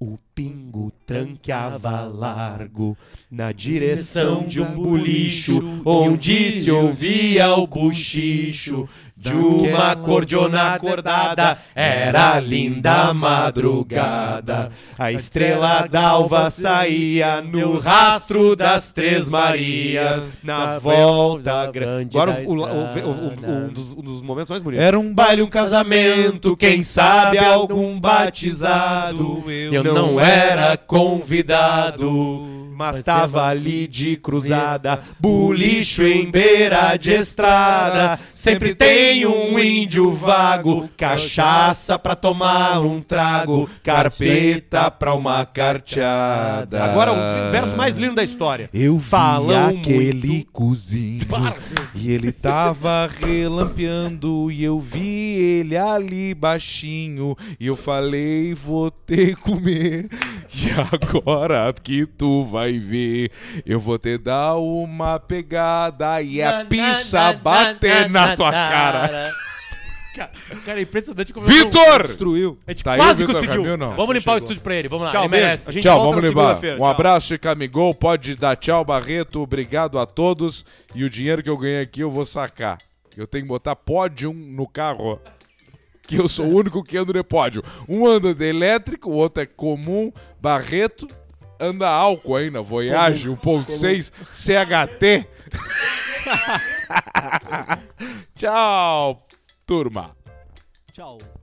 Speaker 1: O pingo tranqueava largo na direção de um bulicho, onde se ouvia o cochicho de uma cordiona acordada. Era a linda madrugada. A estrela d'alva saía no rastro das Três Marias, na volta grande. da
Speaker 7: Agora o- o- o- o-
Speaker 1: estrada.
Speaker 7: um dos, um dos momentos mais bonitos.
Speaker 1: Era um baile, um casamento, quem sabe algum batizado. Eu não era convidado. Mas tava ali de cruzada, bulicho em beira de estrada. Sempre tem um índio vago, cachaça pra tomar um trago, carpeta pra uma carteada.
Speaker 7: Agora
Speaker 2: um
Speaker 7: o verso mais lindo da história.
Speaker 1: eu falam
Speaker 7: Falam
Speaker 1: aquele cozinho e ele
Speaker 2: Tava relampeando e eu vi ele ali baixinho. E eu falei, vou te comer. <laughs> E agora que tu vai ver, eu vou te dar uma pegada e a pizza bater na tua cara.
Speaker 3: Cara, cara, é impressionante como eu
Speaker 2: Vitor!
Speaker 7: Destruiu.
Speaker 3: A gente
Speaker 2: Tá aí
Speaker 3: quase
Speaker 2: o Vitor
Speaker 3: conseguiu.
Speaker 2: Camil, não?
Speaker 3: Vamos limpar o estúdio pra ele. Vamos lá.
Speaker 7: Tchau,
Speaker 3: ele
Speaker 7: beijo.
Speaker 3: merece.
Speaker 7: A gente
Speaker 2: Tchau,
Speaker 7: volta
Speaker 2: vamos
Speaker 7: na
Speaker 2: levar.
Speaker 7: segunda-feira.
Speaker 2: Um abraço de Camigol. Pode dar tchau, Barreto. Obrigado a todos. E o dinheiro que eu ganhei aqui eu vou sacar. Eu tenho que botar pódio no carro. Que eu sou o único que ando de pódio. Um anda de elétrico, o outro é comum. Barreto anda álcool ainda. Voyage 1.6 CHT. tchau, turma.
Speaker 6: Tchau.